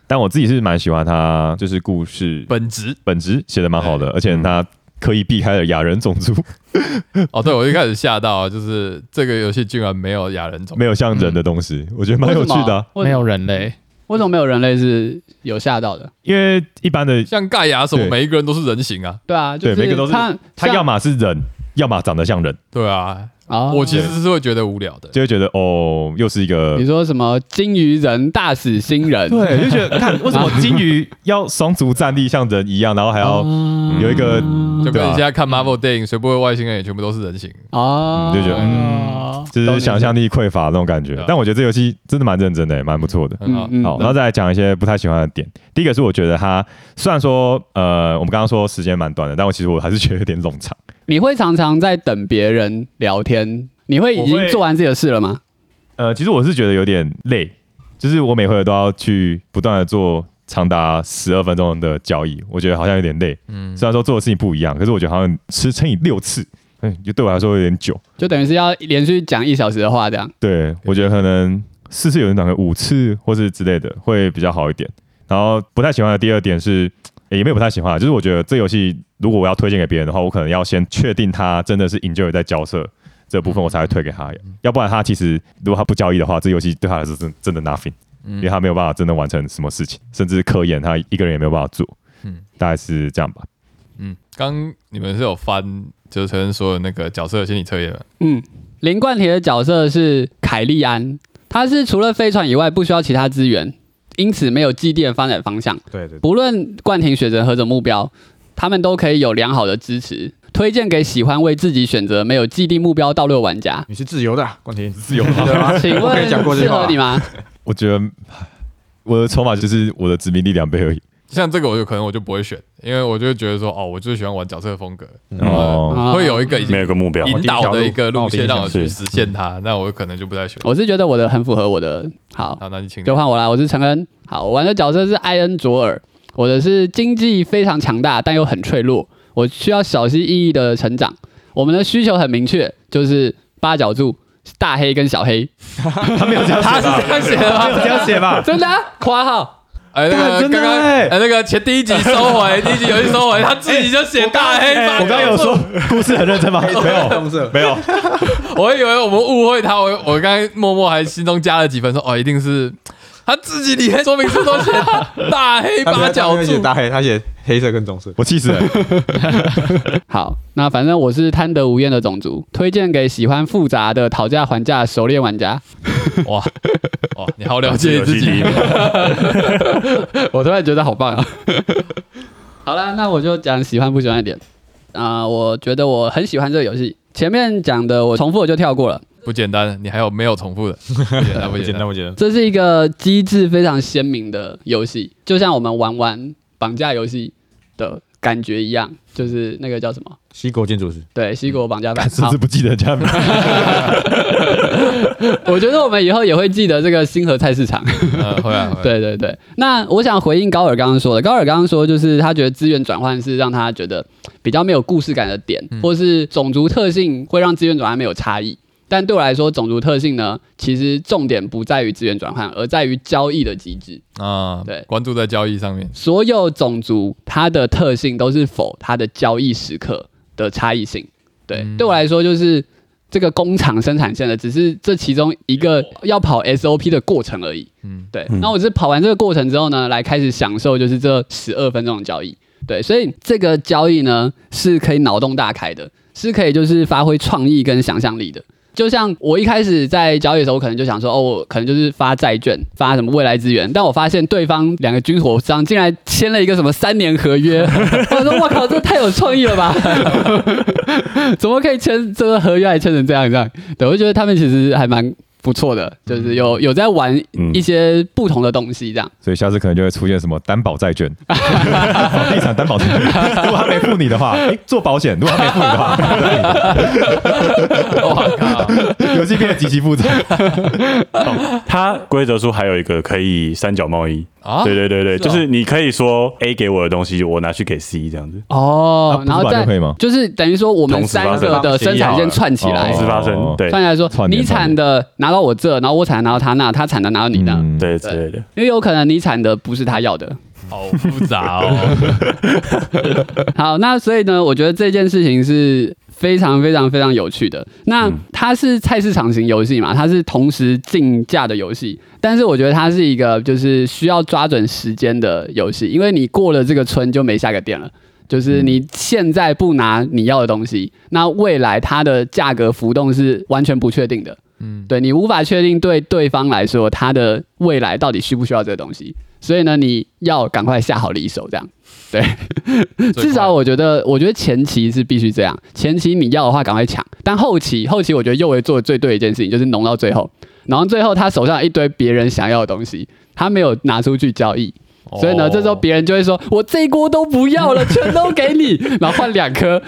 但我自己是蛮喜欢他，就是故事本
本质。
本质写的蛮好的，而且他刻意避开了亚人种族，
哦，对，我一开始吓到，就是这个游戏居然没有亚人种，
没有像人的东西，我觉得蛮有趣的啊、
为什么
没有人类，
为什么没有人类是有吓到的？
因为一般的
像盖亚什么，
对
每一个人都是人形啊。
对啊，就
对每个都是
他
他要么是人，要么长得像人，
对啊，
啊，
我其实是会觉得无聊的。
就会觉得哦，又是一个
你。说什么金鱼人大死新人，
对，就觉 得看为什么金鱼要双足站立像人一样，然后还要
啊
有一个，
就
对
跟你
啊
现，在看 Marvel 电影，谁不会外星人也全部都是人形？
哦，
嗯就觉得
嗯，
就是想象力匮乏那种感觉
对。
但我觉得这游戏真的蛮认真的，蛮不错的。
很好，
啊嗯
好，然后再来讲一些不太喜欢的点。第一个是我觉得它虽然说呃，我们刚刚说时间蛮短的，但我其实我还是觉得有点冗长。
你会常常在等别人聊天，你会已
我
经
会
做完自己的事了吗？
呃，其实我是觉得有点累，就是我每回都要去不断的做长达十二分钟的交易，我觉得好像有点累。嗯，虽然说做的事情不一样，可是我觉得好像吃乘以六次，嗯，就对我来说有点久。
就等于是要连续讲一小时的话这样。
对，我觉得可能四次有人打个五次或是之类的会比较好一点。然后不太喜欢的第二点是，诶也没有不太喜欢啊，就是我觉得这游戏如果我要推荐给别人的话，我可能要先确定他真的是 enjoy 在交涉这部分，我才会推给他。要不然他其实如果他不交易的话，这游戏对他来说真真的 nothing，因为他没有办法真的完成什么事情，甚至科研他一个人也没有办法做。嗯
嗯，
大概是这样吧。
嗯，刚你们是有翻，就是陈恩说的那个角色心理测验吗？
嗯，林冠铁的角色是凯利安，他是除了飞船以外不需要其他资源，因此没有基地的发展方向。
对对，对
不论冠廷选择何种目标，他们都可以有良好的支持，推荐给喜欢为自己选择没有既定目标道路的玩家。
你是自由的啊，冠廷，自由
对吧请
我跟
问
你讲过这
适
句话
合你吗？
我觉得我的筹码就是我的殖民力两倍而已。
像这个我就可能我就不会选，因为我就觉得说，哦，我就是喜欢玩角色风格，然后
哦，
啊
会有一个已
没
经
有一个目标，
引导的一个路线让我
是
去实现它，那我可能就不太选。
我是觉得我的很符合我的。好，
好，那你请你
就换我啦，我是陈恩。好，我玩的角色是埃恩卓尔，我的是经济非常强大，但又很脆弱，我需要小心翼翼的成长。我们的需求很明确，就是八角柱、大黑跟小黑，
他没有这样
他
写
是这
吧？
样写的吗？
这样写吧，
真的啊？ 括号
啊哎，那
干
个
真的
刚刚
欸
哎，那个前第一集收回，第一集游戏收回，他自己就写大黑八角
我刚刚有说故事很认真吗？ 没 有，没有，
我以为我们误会他，我我刚才默默还心中加了几分，说哦，一定是他自己连说明书都写大黑
他没
八
有他没
角
有写
柱。
大黑，他写黑色跟棕色。
我气死了。
好，那反正我是贪得无厌的种族，推荐给喜欢复杂的讨价还价的熟练玩家。
哇哇，你好了解你自己。
我突然觉得好棒啊！ 好了，那我就讲喜欢不喜欢一点啊、我觉得我很喜欢这个游戏，前面讲的我重复我就跳过了。
不简单，你还有没有重复的？不简单，不 简单。
我觉得
这是一个机制非常鲜明的游戏，就像我们玩玩绑架游戏的感觉一样，就是那个叫什么？
西国建筑师，
对，西国绑架版。
甚
好
至不记得人家名字。
我觉得我们以后也会记得这个星河菜市场。
嗯，会啊，会啊。
对对对，那我想回应高尔刚刚说的，高尔刚刚说就是他觉得资源转换是让他觉得比较没有故事感的点，或是种族特性会让资源转换没有差异。但对我来说，种族特性呢，其实重点不在于资源转换，而在于交易的机制。
啊，
对
关注在交易上面。
所有种族它的特性都是否它的交易时刻的差异性。对，
嗯
对我来说就是这个工厂生产线的，只是这其中一个要跑 SOP 的过程而已。
哦嗯，
对。那我是跑完这个过程之后呢，来开始享受就是这十二分钟的交易。对，所以这个交易呢是可以脑洞大开的，是可以就是发挥创意跟想象力的。就像我一开始在交易的时候，我可能就想说，哦，我可能就是发债券，发什么未来资源，但我发现对方两个军火商竟然签了一个什么三年合 约，我说，我靠，这太有创意了吧！ 怎么可以签这个合约还签成这样这样？对，我就觉得他们其实还蛮不错的，就是有
嗯
有在玩一些不同的东西这样。
所以下次可能就会出现什么担保债券、房地产担保债券。如果他没付你的话，诶做保险；如果他没付你的话，
我靠，
游戏变得极其复杂。
它规则书还有一个可以三角贸易，
啊
对对对对，
是哦
就是你可以说 A 给我的东西，我拿去给 C 这样子，
哦
啊
然后
不是本来
再
就可以吗
就是等于说我们三个的生产线串起来
同
哦
时，发生
哦，
对
串起来说
串
你
联串联
产的拿到我这，然后我产拿到他那，他产的拿到你那，
嗯，
对之类的。
因为有可能你产的不是他要的。
好复杂 哦。
好，那所以呢，我觉得这件事情是非常非常非常有趣的。那
嗯
它是菜市场型游戏嘛，它是同时竞价的游戏，但是我觉得它是一个就是需要抓准时间的游戏，因为你过了这个村就没下个店了。就是你现在不拿你要的东西，那未来它的价格浮动是完全不确定的。嗯，对你无法确定对对方来说他的未来到底需不需要这个东西，所以呢，你要赶快下好离手，这样。
最
至少我觉得，我觉得前期是必须这样，前期你要的话赶快抢，但后期后期我觉得右维做的最对的一件事情就是弄到最后，然后最后他手上有一堆别人想要的东西，他没有拿出去交易。
快
所以呢，
哦
这时候别人就会说：“我这一锅都不要了，全都给你，然后换两颗。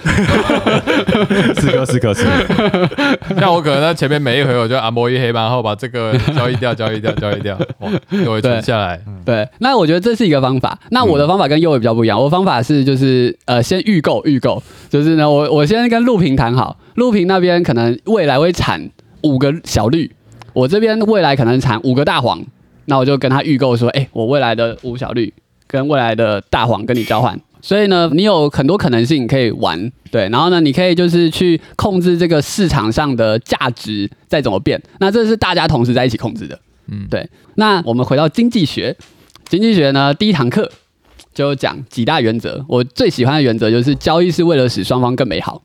四颗四颗四颗，
像我可能在前面每一回我就按摩一黑板，然后把这个交易掉，交易掉，交易 掉，哇，就会存下来。”
对，嗯那我觉得这是一个方法。那我的方法跟右维比较不一样，我的方法是就是呃，先预购预购，就是呢，我我先跟录屏谈好，录屏那边可能未来会产五个小绿，我这边未来可能产五个大黄，那我就跟他预购说，哎、我未来的五小绿跟未来的大黄跟你交换。所以呢，你有很多可能性可以玩，对，然后呢，你可以就是去控制这个市场上的价值再怎么变，那这是大家同时在一起控制的，嗯，对。那我们回到经济学，经济学呢第一堂课就讲几大原则，我最喜欢的原则就是交易是为了使双方更美好。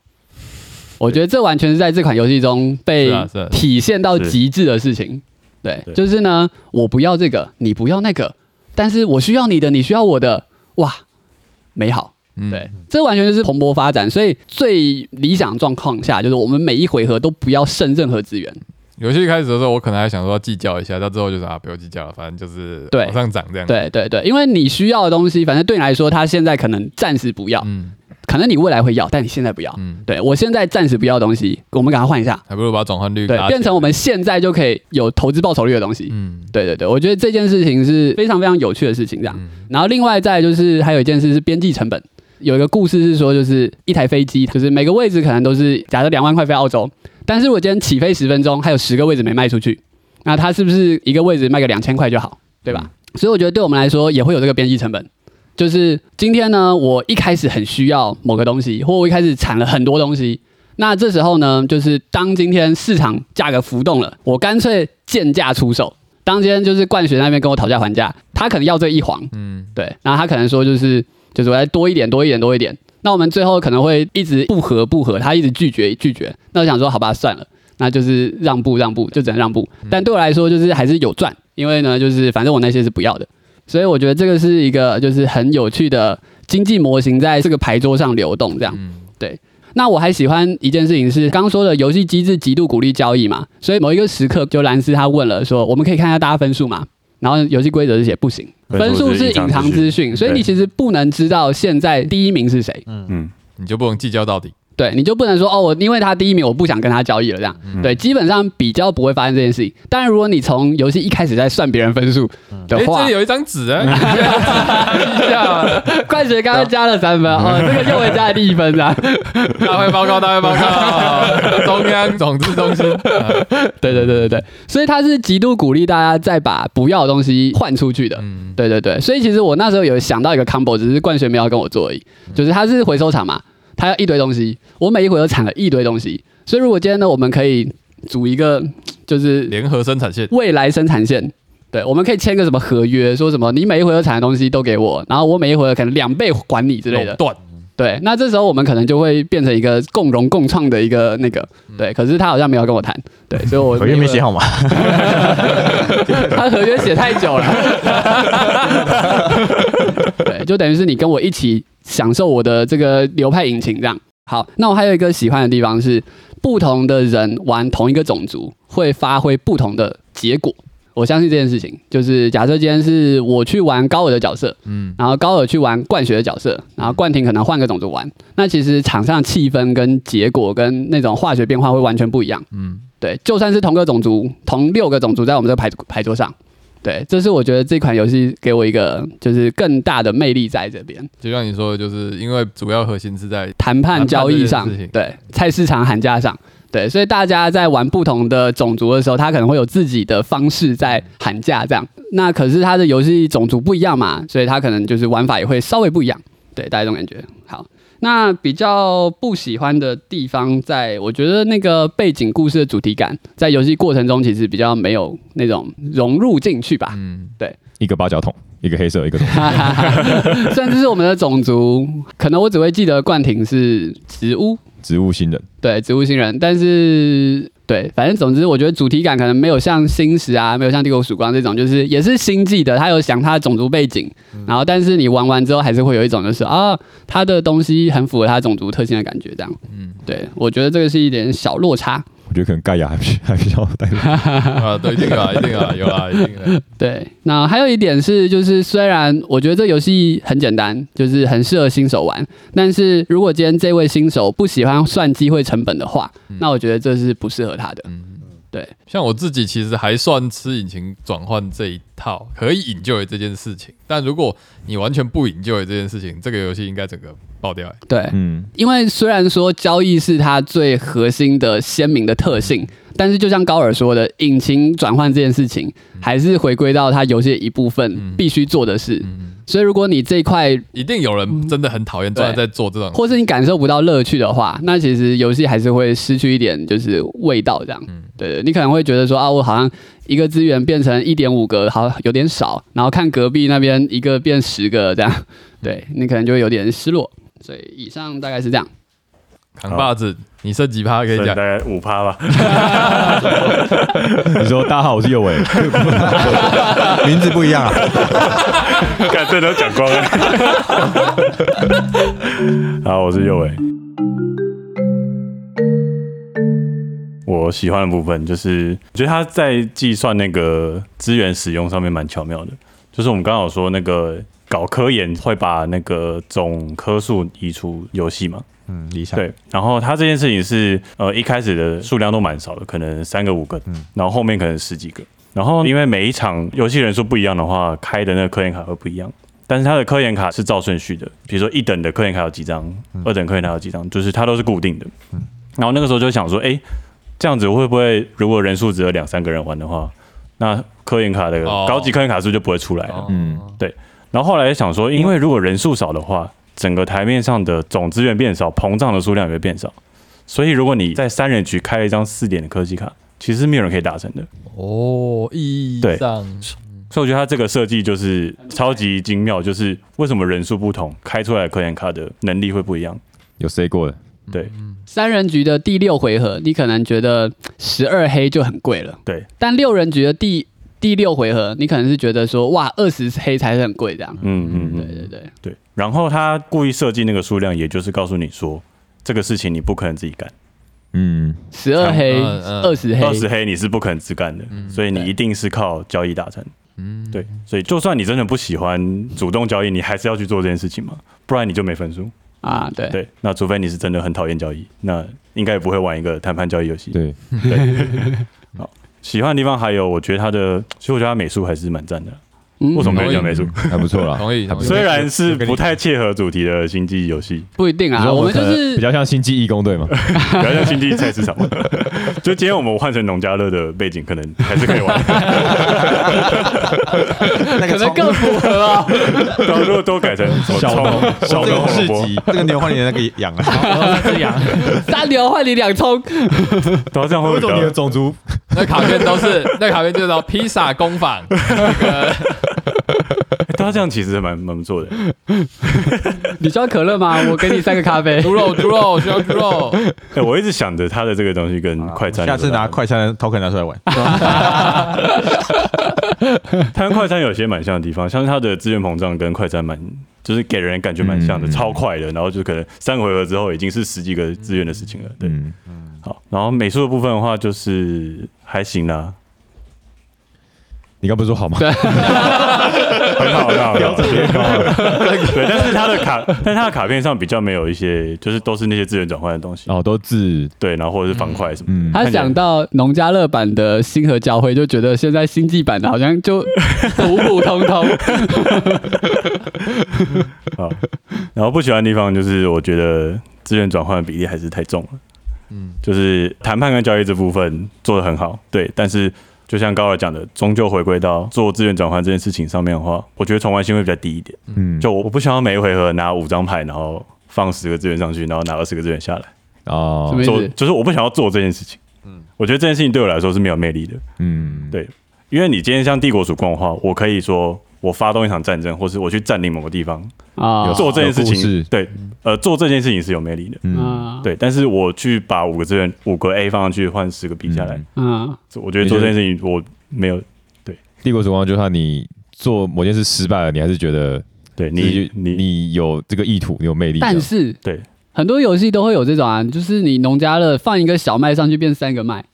我觉得这完全是在这款游戏中被
是啊是啊
体现到
是
极致的事情。对，
对
就是呢，我不要这个，你不要那个，但是我需要你的，你需要我的，哇，美好。
嗯
对，这完全就是蓬勃发展，所以最理想状况下，就是我们每一回合都不要剩任何资源。
游戏开始的时候，我可能还想说要计较一下，到之后就是啊，不要计较了，反正就是
对
往上涨这样。，
对对对，因为你需要的东西，反正对你来说，它现在可能暂时不要，
嗯
可能你未来会要，但你现在不要。
嗯，
对我现在暂时不要的东西，我们赶快换一下，
还不如把转换率
对
拉，起来
变成我们现在就可以有投资报酬率的东西。
嗯
对对对，我觉得这件事情是非常非常有趣的事情，这样。然后另外再来就是还有一件事是边际成本，有一个故事是说，就是一台飞机，就是每个位置可能都是假设两万块飞澳洲，但是我今天起飞十分钟，还有十个位置没卖出去，那他是不是一个位置卖个两千块就好，对吧？所以我觉得对我们来说也会有这个边际成本。就是今天呢，我一开始很需要某个东西，或我一开始产了很多东西，那这时候呢，就是当今天市场价格浮动了，我干脆贱价出手。当今天就是冠学那边跟我讨价还价，他可能要这一黄，
嗯，
对，然后他可能说就是就是我再多一点，多一点，多一点。那我们最后可能会一直不和不和，他一直拒绝拒绝。那我想说，好吧，算了，那就是让步让步，就只能让步。但对我来说，就是还是有赚，因为呢，就是反正我那些是不要的，所以我觉得这个是一个就是很有趣的经济模型在这个牌桌上流动这样。那我还喜欢一件事情是，刚说的游戏机制极度鼓励交易嘛，所以某一个时刻，就兰斯他问了说，我们可以看一下大家分数嘛？然后游戏规则是写不行，分
分数
数
是
是隐
隐
藏
藏
资
资
讯，
讯
所以你
对
其实不能知道现在第一名是谁。
嗯，
你就不能计较到底。
对，你就不能说哦，我因为他第一名，我不想跟他交易了这样。对，基本上比较不会发生这件事情。当然，如果你从游戏一开始在算别人分数的
哎，
话，
这 里有一张纸啊，你这样子一下，
冠学刚刚加了三 分，哦，这个又会加了第一分这样。
大会报告，大会报 告，中央总治中心。啊
对对对对对，所以他是极度鼓励大家再把不要的东西换出去的。
嗯，
对对对，所以其实我那时候有想到一个 combo，只是冠学没有要跟我做而已，就是他是回收厂嘛，他要一堆东西，我每一回都产了一堆东西，所以如果今天呢，我们可以组一个就是
联合生产线，
未来生产线。对，我们可以签个什么合约，说什么你每一回合产的东西都给我，然后我每一回合可能两倍还你之类的
垄。断，
对，那这时候我们可能就会变成一个共荣共创的一个那个。对，可是他好像没有跟我谈，对，所以我
合约没写好嘛？
他合约写太久了。对，就等于是你跟我一起享受我的这个流派引擎这样。好，那我还有一个喜欢的地方是，不同的人玩同一个种族会发挥不同的结果。我相信这件事情，就是假设今天是我去玩高尔的角色，
嗯，
然后高尔去玩冠学的角色，然后冠廷可能换个种族玩，那其实场上气氛跟结果跟那种化学变化会完全不一样。
嗯
嗯，对，就算是同个种族，同六个种族在我们这个牌牌桌上，对，这是我觉得这款游戏给我一个就是更大的魅力在这边，
就像你说的，就是因为主要核心是在
谈判交易上
谈判这件事情，
对，菜市场喊价上。对，所以大家在玩不同的种族的时候，他可能会有自己的方式在喊价，这样。那可是他的游戏种族不一样嘛，所以他可能就是玩法也会稍微不一样。对，大家这种感觉。好，那比较不喜欢的地方在，我觉得那个背景故事的主题感，在游戏过程中其实比较没有那种融入进去吧。
嗯
一个八角桶，一个黑色，一个桶
哈哈哈，甚至是我们的种族，可能我只会记得冠廷是植物，
植物新人。
对，植物星人，但是对，反正总之，我觉得主题感可能没有像星矢啊，没有像帝国曙光这种，就是也是星际的，它有想它的种族背景，
嗯
然后但是你玩完之后还是会有一种就是啊，它的东西很符合它种族特性的感觉，这样。
嗯
对，我觉得这个是一点小落差。
我觉得可能盖亚还比还比较带入。
啊，对，一定啊，一定啊，有啊，一定啊，
对，那还有一点是，就是虽然我觉得这游戏很简单，就是很适合新手玩，但是如果今天这位新手不喜欢算机会成本的话，那我觉得这是不适合他的。
嗯，
对。
像我自己其实还算吃引擎转换这一套，可以引咎这件事情，但如果你完全不引咎这件事情，这个游戏应该整个爆掉、欸。
对，
嗯，
因为虽然说交易是它最核心的鲜明的特性，但是就像高尔说的，引擎转换这件事情还是回归到它游戏的一部分必须做的事。所以如果你这一块
一定有人真的很讨厌，专门在做这种，
或是你感受不到乐趣的话，那其实游戏还是会失去一点就是味道这样。对对，你可能会觉得说啊，我好像一个资源变成一点五个，好像有点少，然后看隔壁那边一个变十个这样，对你可能就会有点失落。所以以上大概是这样。
扛把子，你剩几趴可以
剩大
讲？
概五趴吧。
你说大家好，我是右伟，
名字不一样啊。
干这都讲光了。 好，我是右伟。我喜欢的部分就是，我觉得他在计算那个资源使用上面蛮巧妙的。就是我们刚好说那个搞科研会把那个总科数移除游戏嘛，
嗯，理想。
对，然后他这件事情是呃一开始的数量都蛮少的，可能三个五个，然后后面可能十几个。然后因为每一场游戏人数不一样的话，开的那个科研卡会不一样。但是它的科研卡是照顺序的，比如说一等的科研卡有几张，二等科研卡有几张，就是它都是固定的。然后那个时候就想说，哎、这样子会不会如果人数只有两三个人玩的话，那科研卡的
哦
高级科研卡数就不会出来了。
嗯，
然后后来想说，因为如果人数少的话，整个台面上的总资源变少，膨胀的数量也会变少。所以如果你在三人局开了一张四点的科技卡，其实没有人可以达成的。
哦，意义
对
上
所以我觉得它这个设计就是超级精妙，就是为什么人数不同，开出来的科研卡的能力会不一样。
有 say 过的，
对，
三人局的第六回合，你可能觉得十二黑就很贵了，
对，
但六人局的第第六回合，你可能是觉得说哇，二十黑才是很贵这样。
嗯嗯
对
嗯，
对对，
对。然后他故意设计那个数量，也就是告诉你说，这个事情你不可能自己干，
嗯，
十二黑、
嗯嗯
二十黑、
二十黑你是不可能自干的，所以你一定是靠交易达成。
嗯，
对，所以就算你真的不喜欢主动交易，你还是要去做这件事情嘛，不然你就没分数。
啊，对，
对，那除非你是真的很讨厌交易，那应该也不会玩一个谈判交易游戏。
对，
喜欢的地方还有，我觉得他的，其实我觉得他美术还是蛮赞的。
嗯
为什么没有
同
讲
意
美术？
还不错啦。
同意
还不
同意
错
虽然是不太切合主题的星际游戏，
不一定
你
啊，
说
我们就
可能比
是
较像星际义工队嘛，
不要像星际菜市场嘛。就今天我们换成农家乐的背景，可能还是可以玩。
那
可
个
能
葱
更符合啊。
然后如果都改成什么
小
葱、小
这
农
个市
火锅，
集，
这个牛换你的那个啊 羊了，
这样，
三牛换你两葱，
然后这样会
为
比
什么你的
较
种族
那卡片都是那卡片就是到披萨工坊，
他这样其实蛮蛮不错的。
你需要可乐吗？我给你三个咖 啡。
猪肉猪肉需要猪肉，
哎，我一直想着他的这个东西跟快餐有关，
下次拿快餐的 token 拿出来玩，
它跟快餐有些蛮像的地方，像是它的资源膨胀跟快餐蛮，就是给人感觉蛮像的，
嗯
超快的，然后就可能三个回合之后已经是十几个资源的事情了。对，
嗯，
好，然后美术的部分的话就是还行啦，
你刚不是说好吗？
很好，很好， 标准偏高了。对，但是它的卡，但是它的卡片上比较没有一些，就是都是那些资源转换的东西，
哦，都自
对，然后或者是方块什么的。
嗯，
他想到农家乐版的星河交汇，就觉得现在星际版的好像就普普通通。
啊，然后不喜欢的地方就是，我觉得资源转换的比例还是太重了。嗯，就是谈判跟交易这部分做得很好，对，但是就像高尔讲的，终究回归到做资源转换这件事情上面的话，我觉得重玩性会比较低一点。
嗯
就我我不想要每一回合拿五张牌，然后放十个资源上去，然后拿二十个资源下来，
什
哦
么，意
做
思？
就是我不想要做这件事情。嗯，我觉得这件事情对我来说是没有魅力的。
嗯，
对因为你今天像帝国主控的话，我可以说我发动一场战争，或是我去占领某个地方，
啊
做这件事
有故事
情，对，呃，做这件事情是有魅力的，
嗯，
啊，
对。但是我去把五个资源五个 A 放上去换十个 B 下来
嗯，
嗯，
这我觉得做这件事情我没有
帝国曙光就算你做某件事失败了，你还是觉得
对
自
你
己
你
你有这个意图，你有魅力，
但是
对
很多游戏都会有这种啊，就是你农家乐放一个小麦上去变三个麦，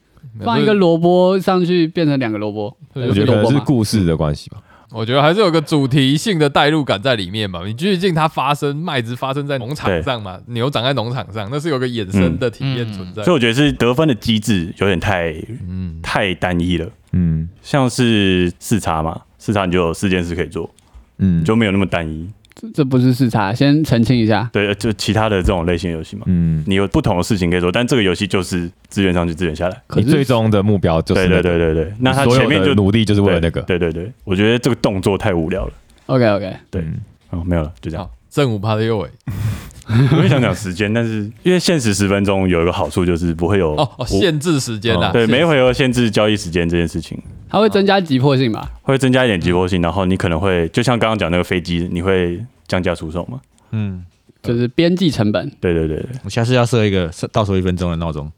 放一个萝卜上去变成两个萝卜，
对
我觉
是
得可
萝卜
能是
吗？
故事的关系吧。
我觉得还是有个主题性的代入感在里面嘛。你毕竟它发生麦子发生在农场上嘛，牛长在农场上，那是有个衍生的体验存在
嗯
所以。我觉得是得分的机制有点太
嗯，
太单一了，
嗯
像是视察嘛，视察你就有四件事可以做，
嗯，
就没有那么单一。
这这不是视察，先澄清一下。
对，呃就其他的这种类型游戏嘛，
嗯，
你有不同的事情可以做，但这个游戏就是资源上去，资源下来。
可
你
是
最终的目标就是
对对
那个
对对对，那他
所有
前面
的
就
努力就是为了那个，
对对对，我觉得这个动作太无聊了。
OK OK，
对
嗯
哦，没有了，就这样。
好，正午趴的右尾
我也想讲时间，但是因为限时十分钟有一个好处就是不会有
哦哦，
我
限制时间
哦
啊，
对
限
每一回合限制交易时间这件事情，
它会增加急迫性吧？
会增加一点急迫性，然后你可能会就像刚刚讲那个飞机，你会降价出售嘛？
嗯，
就是边际成本。
对对对对，
我下次要设一个设倒数一分钟的闹钟，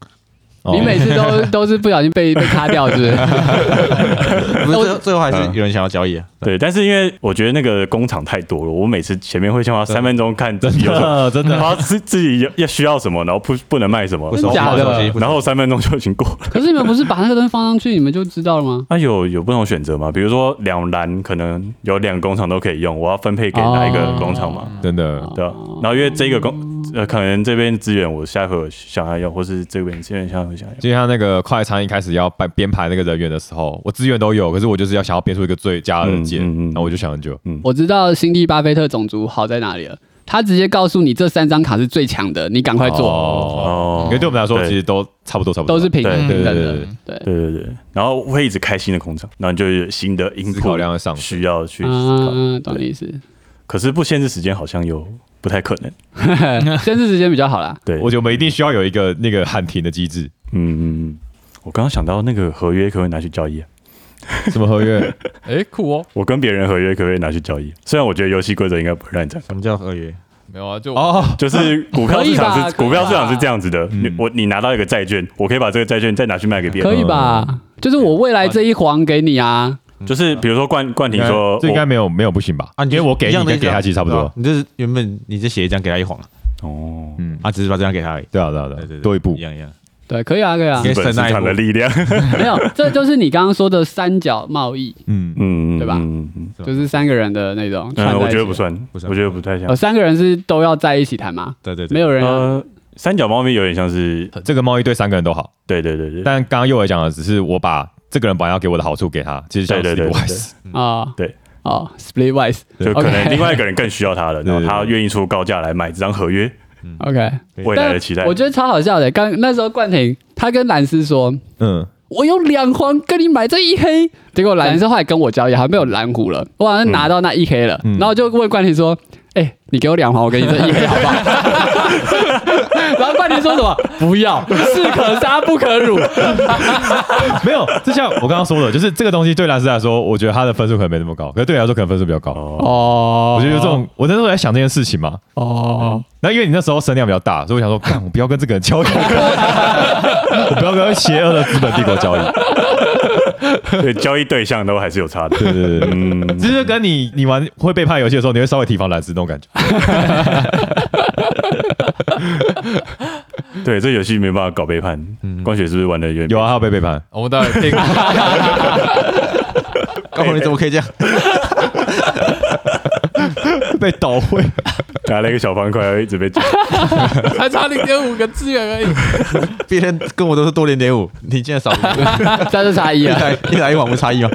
哦
你每次 都都是不小心被被卡掉，是不是？
不是最后最后还是有人想要交易啊？
对，但是因为我觉得那个工厂太多了，我每次前面会先花三分钟看自己有什么，
呃真的
然后自自己要要需要什么，然后不不能卖什么，
不
真
熟
假的
不熟悉不熟悉
然后三分钟就已经过 了。
可是你们不是把那个东西放上去，你们就知道了吗？
那有有不同选择嘛？比如说两栏可能有两个工厂都可以用，我要分配给哪一个工厂嘛？
嗯
真的
对啊，然后因为这个工呃，可能这边资源我下一回合想要用，或是这边资源下回合想要用。
就像那个快餐一开始要编编排那个人员的时候，我资源都有，可是我就是要
啊
想要编出一个最佳的解，
嗯嗯嗯
然后我就想很久，
嗯
我知道星际巴菲特种族好在哪里了，他直接告诉你这三张卡是最强的，你赶快做，
哦，
哦
因为对我们来说
对
其实都差不多，差不多
都是平
对
平
对
等
对对
的
对，，
对，
对对对，然后会一直开新的工厂，然后你就有新的音
思考量会上升
需要去思考。
嗯，懂你意思，
可是不限制时间好像又不太可能。
限制时间比较好啦。
对，
我觉得我们一定需要有一个那个喊停的机制，
嗯，嗯嗯我刚刚想到那个合约可不可以拿去交易、啊？
什么合约？
哎，酷哦，
我跟别人合约可不可以拿去交易？虽然我觉得游戏规则应该不会让 你这样，
什么叫合约？
没有啊，就
哦，
就是股票市
可以
场
吧
是股票市场
可以
是
吧
这样子的。你我你拿到一个债券，我可以把这个债券再拿去卖给别
可
人。
以
呃
吧？就是我未来这一黄给你啊，
就是比如说冠冠廷说，哦
这应该
我
没有没有不行吧？
啊，
因
你
为我给
一
你
样的
跟
意思
给
啊
他其实差不
对
多
啊，你就是原本你就写一张给他一晃，
哦，
嗯，
啊，只是把这张给他而已。
对啊对啊对
对对
啊，
对，
多一步
一，样一样。
对，可以啊，可以啊
可，以
资本市
省那一
场的
步
力量，
没有，这就是你刚刚说的三角贸易，
嗯，
嗯，
对吧
嗯嗯
对
就是三个人的那种
嗯，
串在一起
我觉得不，算，
不算
我觉得不太像
呃，。三个人是都要在一起谈吗？哦
对对对，
没有人要
呃，三角猫咪有点像是，
这个贸易对三个人都好，
对对对对，
但刚刚右伟讲的只是我把这个人本来要给我的好处给他，其实像
对对对
Sleepwise
啊，
嗯对
哦，split wise，
就可
OK
能另外一个人更需要它了，然后他愿意出高价来买这张合约，
OK，
嗯未来的期待
但。我觉得超好笑的。刚那时候冠廷他跟蓝斯说，
嗯，
我有两黄跟你买这一黑，结果蓝斯后来跟我交易，好像没有蓝虎了，我好像拿到那一黑了，
嗯
然后就问冠廷说。哎、你给我两黄，我给你这一黑，好不 好？然后冠廷说什么？不要，士可杀不可辱。
没有，就像我刚刚说的，就是这个东西对蓝斯来说，我觉得他的分数可能没那么高，可是对你来说可能分数比较高。
哦
我就有这种，我那时候在想这件事情嘛。
哦，
那因为你那时候声量比较大，所以我想说，干，我不要跟这个人 交易，我不要跟邪恶的资本帝国交易。
对，交易对象都还是有差的。
对对对，
嗯，
这就跟你你玩会背叛游戏的时候，你会稍微提防蓝斯那种感觉。
对，这游戏没办法搞背叛。光雪是不是玩的有点
有啊，他有被背叛，
我们待会听。
高宏你怎么可以这样？
被倒会。
拿了一个小方块，一直被讲？
还差零点五个资源而已。
别人跟我都是多零点五，你竟然少 零点五
这就差异
一
了。
来一来一往无差异吗？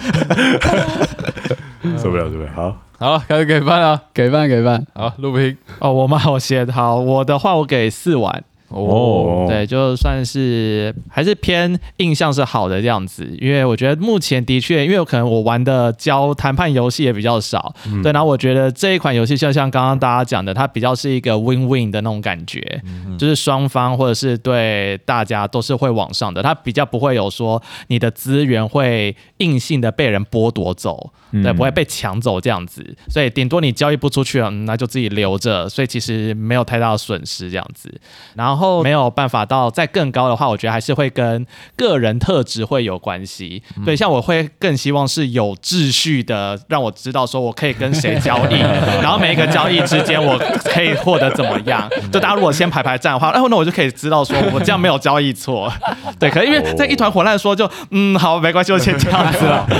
受不了，受不了。好，
好了，开始给分了。
给饭给饭，
嗯
好，录屏。
哦，我骂我写的好，我的话我给四碗，
哦，
对，就算是还是偏印象是好的这样子，因为我觉得目前的确，因为有可能我玩的教谈判游戏也比较少，对，然后我觉得这一款游戏就像刚刚大家讲的，它比较是一个 win win 的那种感觉，就是双方或者是对大家都是会往上的，它比较不会有说你的资源会硬性的被人剥夺走，对，不会被抢走这样子，所以顶多你交易不出去了，嗯那就自己留着，所以其实没有太大的损失这样子。然后没有办法到再更高的话，我觉得还是会跟个人特质会有关系。对，像我会更希望是有秩序的，让我知道说我可以跟谁交 易，然后每一个交易之间我可以获得怎么样。就大家如果先排排站的话，然哎后那我就可以知道说我这样没有交易 错。对，可是因为这一团混乱说就嗯好没关系，就先这样子了。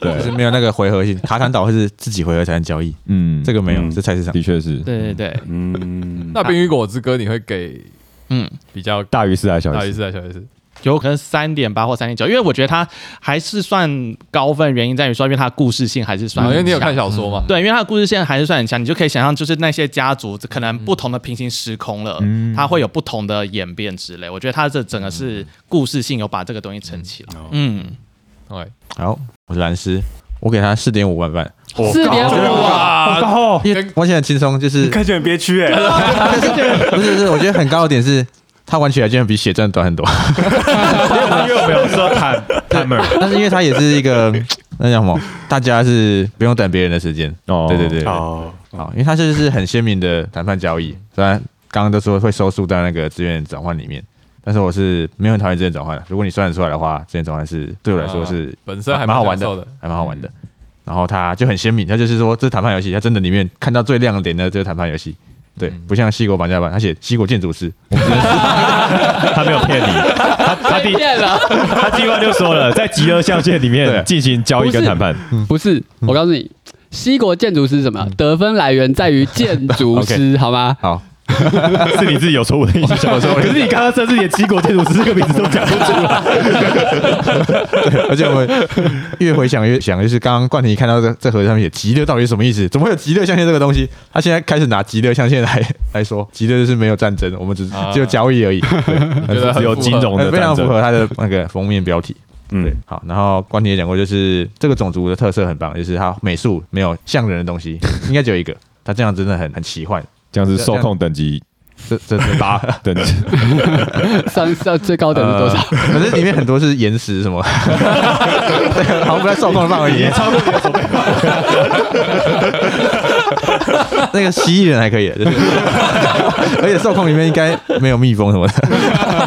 对
就是没有那个回合性，卡坦岛会是自己回合才能交易，
嗯
这个没有，
嗯
这菜市场
的确是
对对对，
嗯，
那《冰与果之歌》你会给
嗯。
比较大
大于四还是小
大
于
意
四？
思啊，小意
嗯
思？
有可能三点八或三点九，因为我觉得它还是算高分，原因在于说，因为它的故事性还是算
啊因
很强，
为你有看小说嘛？
嗯
对，因为它的故事线还是算很强，你就可以想象，就是那些家族可能不同的平行时空了，它会有不同的演变之类。我觉得它这整个是故事性有把这个东西撑起来。嗯，
对，
好，我是蓝斯，我给他四点五万半，
哦
四点五啊，
哇，
因为完全很轻松，就是
看起来很憋屈哎。
不是不是，我觉得很高的点是，他玩起来竟然比血赚短很多，
因为我没有说坦坦们
但是因为他也是一 个那叫什么，大家是不用等别人的时间，
哦
对对对，好，
哦，
因为他就是很鲜明的谈判交易，虽然刚刚都说会收束在那个资源转换里面。但是我是没有很讨厌资源转换的，如果你算得出来的话，资源转换是对我来说是
本身还
蛮好玩
享受
的，还蛮好玩的。然后它就很鲜明，它就是说这是谈判游戏，它真的里面看到最亮点的就是谈判游戏。对，不像西国玩家版，它写西国建筑师，
他没有骗你，他他第
被骗了。
他第一关就说了，在极恶象限里
对
面进行交易跟谈判，
不是，我嗯 告诉你，西国建筑师是什么？得分来源在于建筑师，好吗？
好，
是你自己有错误的印象。可是你刚刚甚至连七国建筑师这个名字都讲不出来。
而且我越回想越想，就是刚刚冠廷看到这这盒子上面写“极乐”到底是什么意思？怎么会有极乐象限这个东西？他现在开始拿极乐象限来来说，极乐就是没有战争，我们只
啊
只有交易而已，
觉得很
只有金融
呃
的
非常
战争，
符合他的那个封面标题。
嗯，
好，然后关婷也讲过，就是这个种族的特色很棒，就是它美术没有像人的东西，应该只有一个。它这样真的很很奇幻，
这样是受控等级
这这这
八 等级，
三三最高哦等是多少？
呃可是里面很多是岩石什么，对好像不在受控的范围里面，超过那个蜥蜴人还可以，就是而且受控里面应该没有蜜蜂什么的，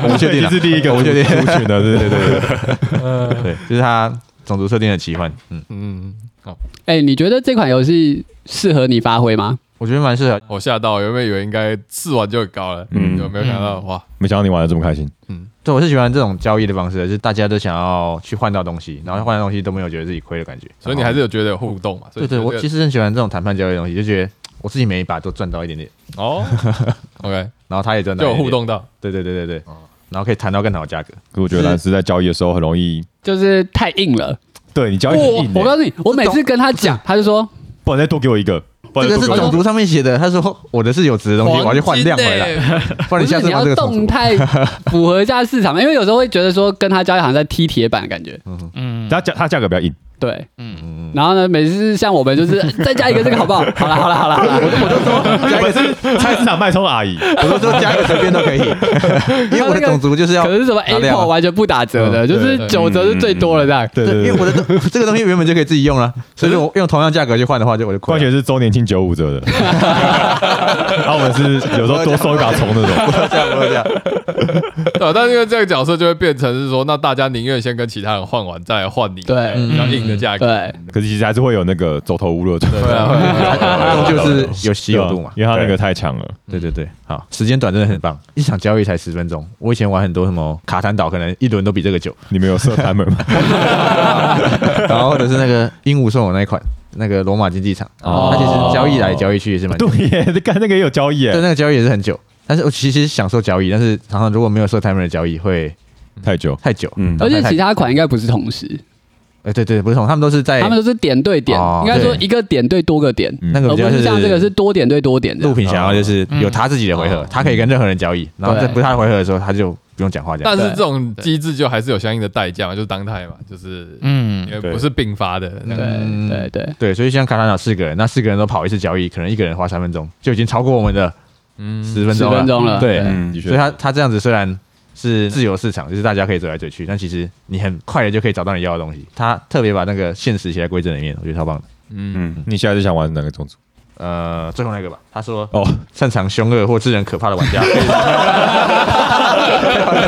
我不确定啊，
是第一个
我不确定
族群的，对对对对，
对，就是它种族设定的奇幻，嗯，
嗯，好，
哎、你觉得这款游戏适合你发挥吗？
我觉得蛮适合，
我吓到，原本以为应该试完就很高了，
嗯
有没有想到哇？
没想到你玩的这么开心。
对，我是喜欢这种交易的方式，就是大家都想要去换到东西，然后换到东西都没有觉得自己亏的感觉，
所以你还是有觉得有互动嘛？所以
对对，
觉
我
得
其实很喜欢这种谈判交易的东西，就觉得我自己每一把都赚到一点点，
哦，OK，
然后他也赚到，
就有互，动到，
对对对对对，
哦
然后可以谈到更好的价格。
可我觉得蓝斯在交易的时候很容易，
就是太硬了。
对你交易很
我
硬欸，
我告诉你，我每次跟他讲，他就说
不然再多给我一个，不然再
这个
多
是
给我一
种
个
族上面写的，他说哦我的是有值的东西，我要去换量回
欸
来。
来，不
不
然你下
是
次
你
换这
要
个种
动
族。
态符合一下市 场，因为有时候会觉得说跟他交易好像在踢铁板的感觉。
嗯，
它价它价格比较硬，
对，嗯，然后呢，每次像我们就是 哎再加一个这个好不 好？好啦好啦好啦好啦，我
加一个是，
菜市场脉冲阿姨，
我都说加一个随便都可 以，因为我的种族就是要
可，是什么
打量啊
Apple 完全不打折的，
嗯
就是
对
九折是最多了这样。
对
对，因为我的这个东西原本就可以自己用了，所以说我用同样价格去换的话，就我就亏
冠
了。
学是周年庆九五折的， 然后我们是有时候多收一
啊
把虫那种，
不要这样，不要这样，
对，但是因为这个角色就会变成是说，那大家宁愿先跟其他人换完，再来换你，
对
比较硬的价
嗯
格。
对，
可是其实还是会有那个走投无路的状
对
态，
啊，会啊会啊
就是有稀有度嘛。
啊因为它那个太强了，
对对对，好，时间短真的很棒，一场交易才十分钟。我以前玩很多什么卡坦岛，可能一轮都比这个久，
你们有设 timer 吗？
然后或者是那个鹦鹉送我那一款，那个罗马竞技场，
哦
它其实交易来交易去也是
哦
蛮久的。
对耶，干那个也有交易
对，
耶，
那个交易也是很久。但是我其实享受交易，但是常常如果没有设 timer 的交易会
太久，
太久。
嗯
而且其
他，
他款应该不是同时，
哎，对对，不是同，他们都是在
他们都是点对点
哎哦，
应该说
对
一个点对多个点，
嗯
那个
而
比较
不是像这个是多点对多点
陆
的。
平想要就是有他自己的回合，他可以跟任何人交易，然后在
对
不是他的回合的时候，他就不用讲话这样
但。是这种机制就还是有相应的代价嘛，就是当态嘛，就是
嗯
因为不是并发的，那
对
个
嗯
对对，
对，所以像卡坦岛四个人，那四个人都跑一次交易，可能一个人花三分钟，就已经超过我们的
嗯，
十分
十
钟了。
分钟了。
对
嗯
的确
所以他他这样子虽然是自由市场，就是大家可以走来走去，但其实你很快的就可以找到你要的东西。他特别把那个现实写在规则里面，我觉得超棒的。
嗯，
你现在是想玩哪个种族？
呃，最后那个吧，他说
哦，
擅长凶恶或致人可怕的玩 家，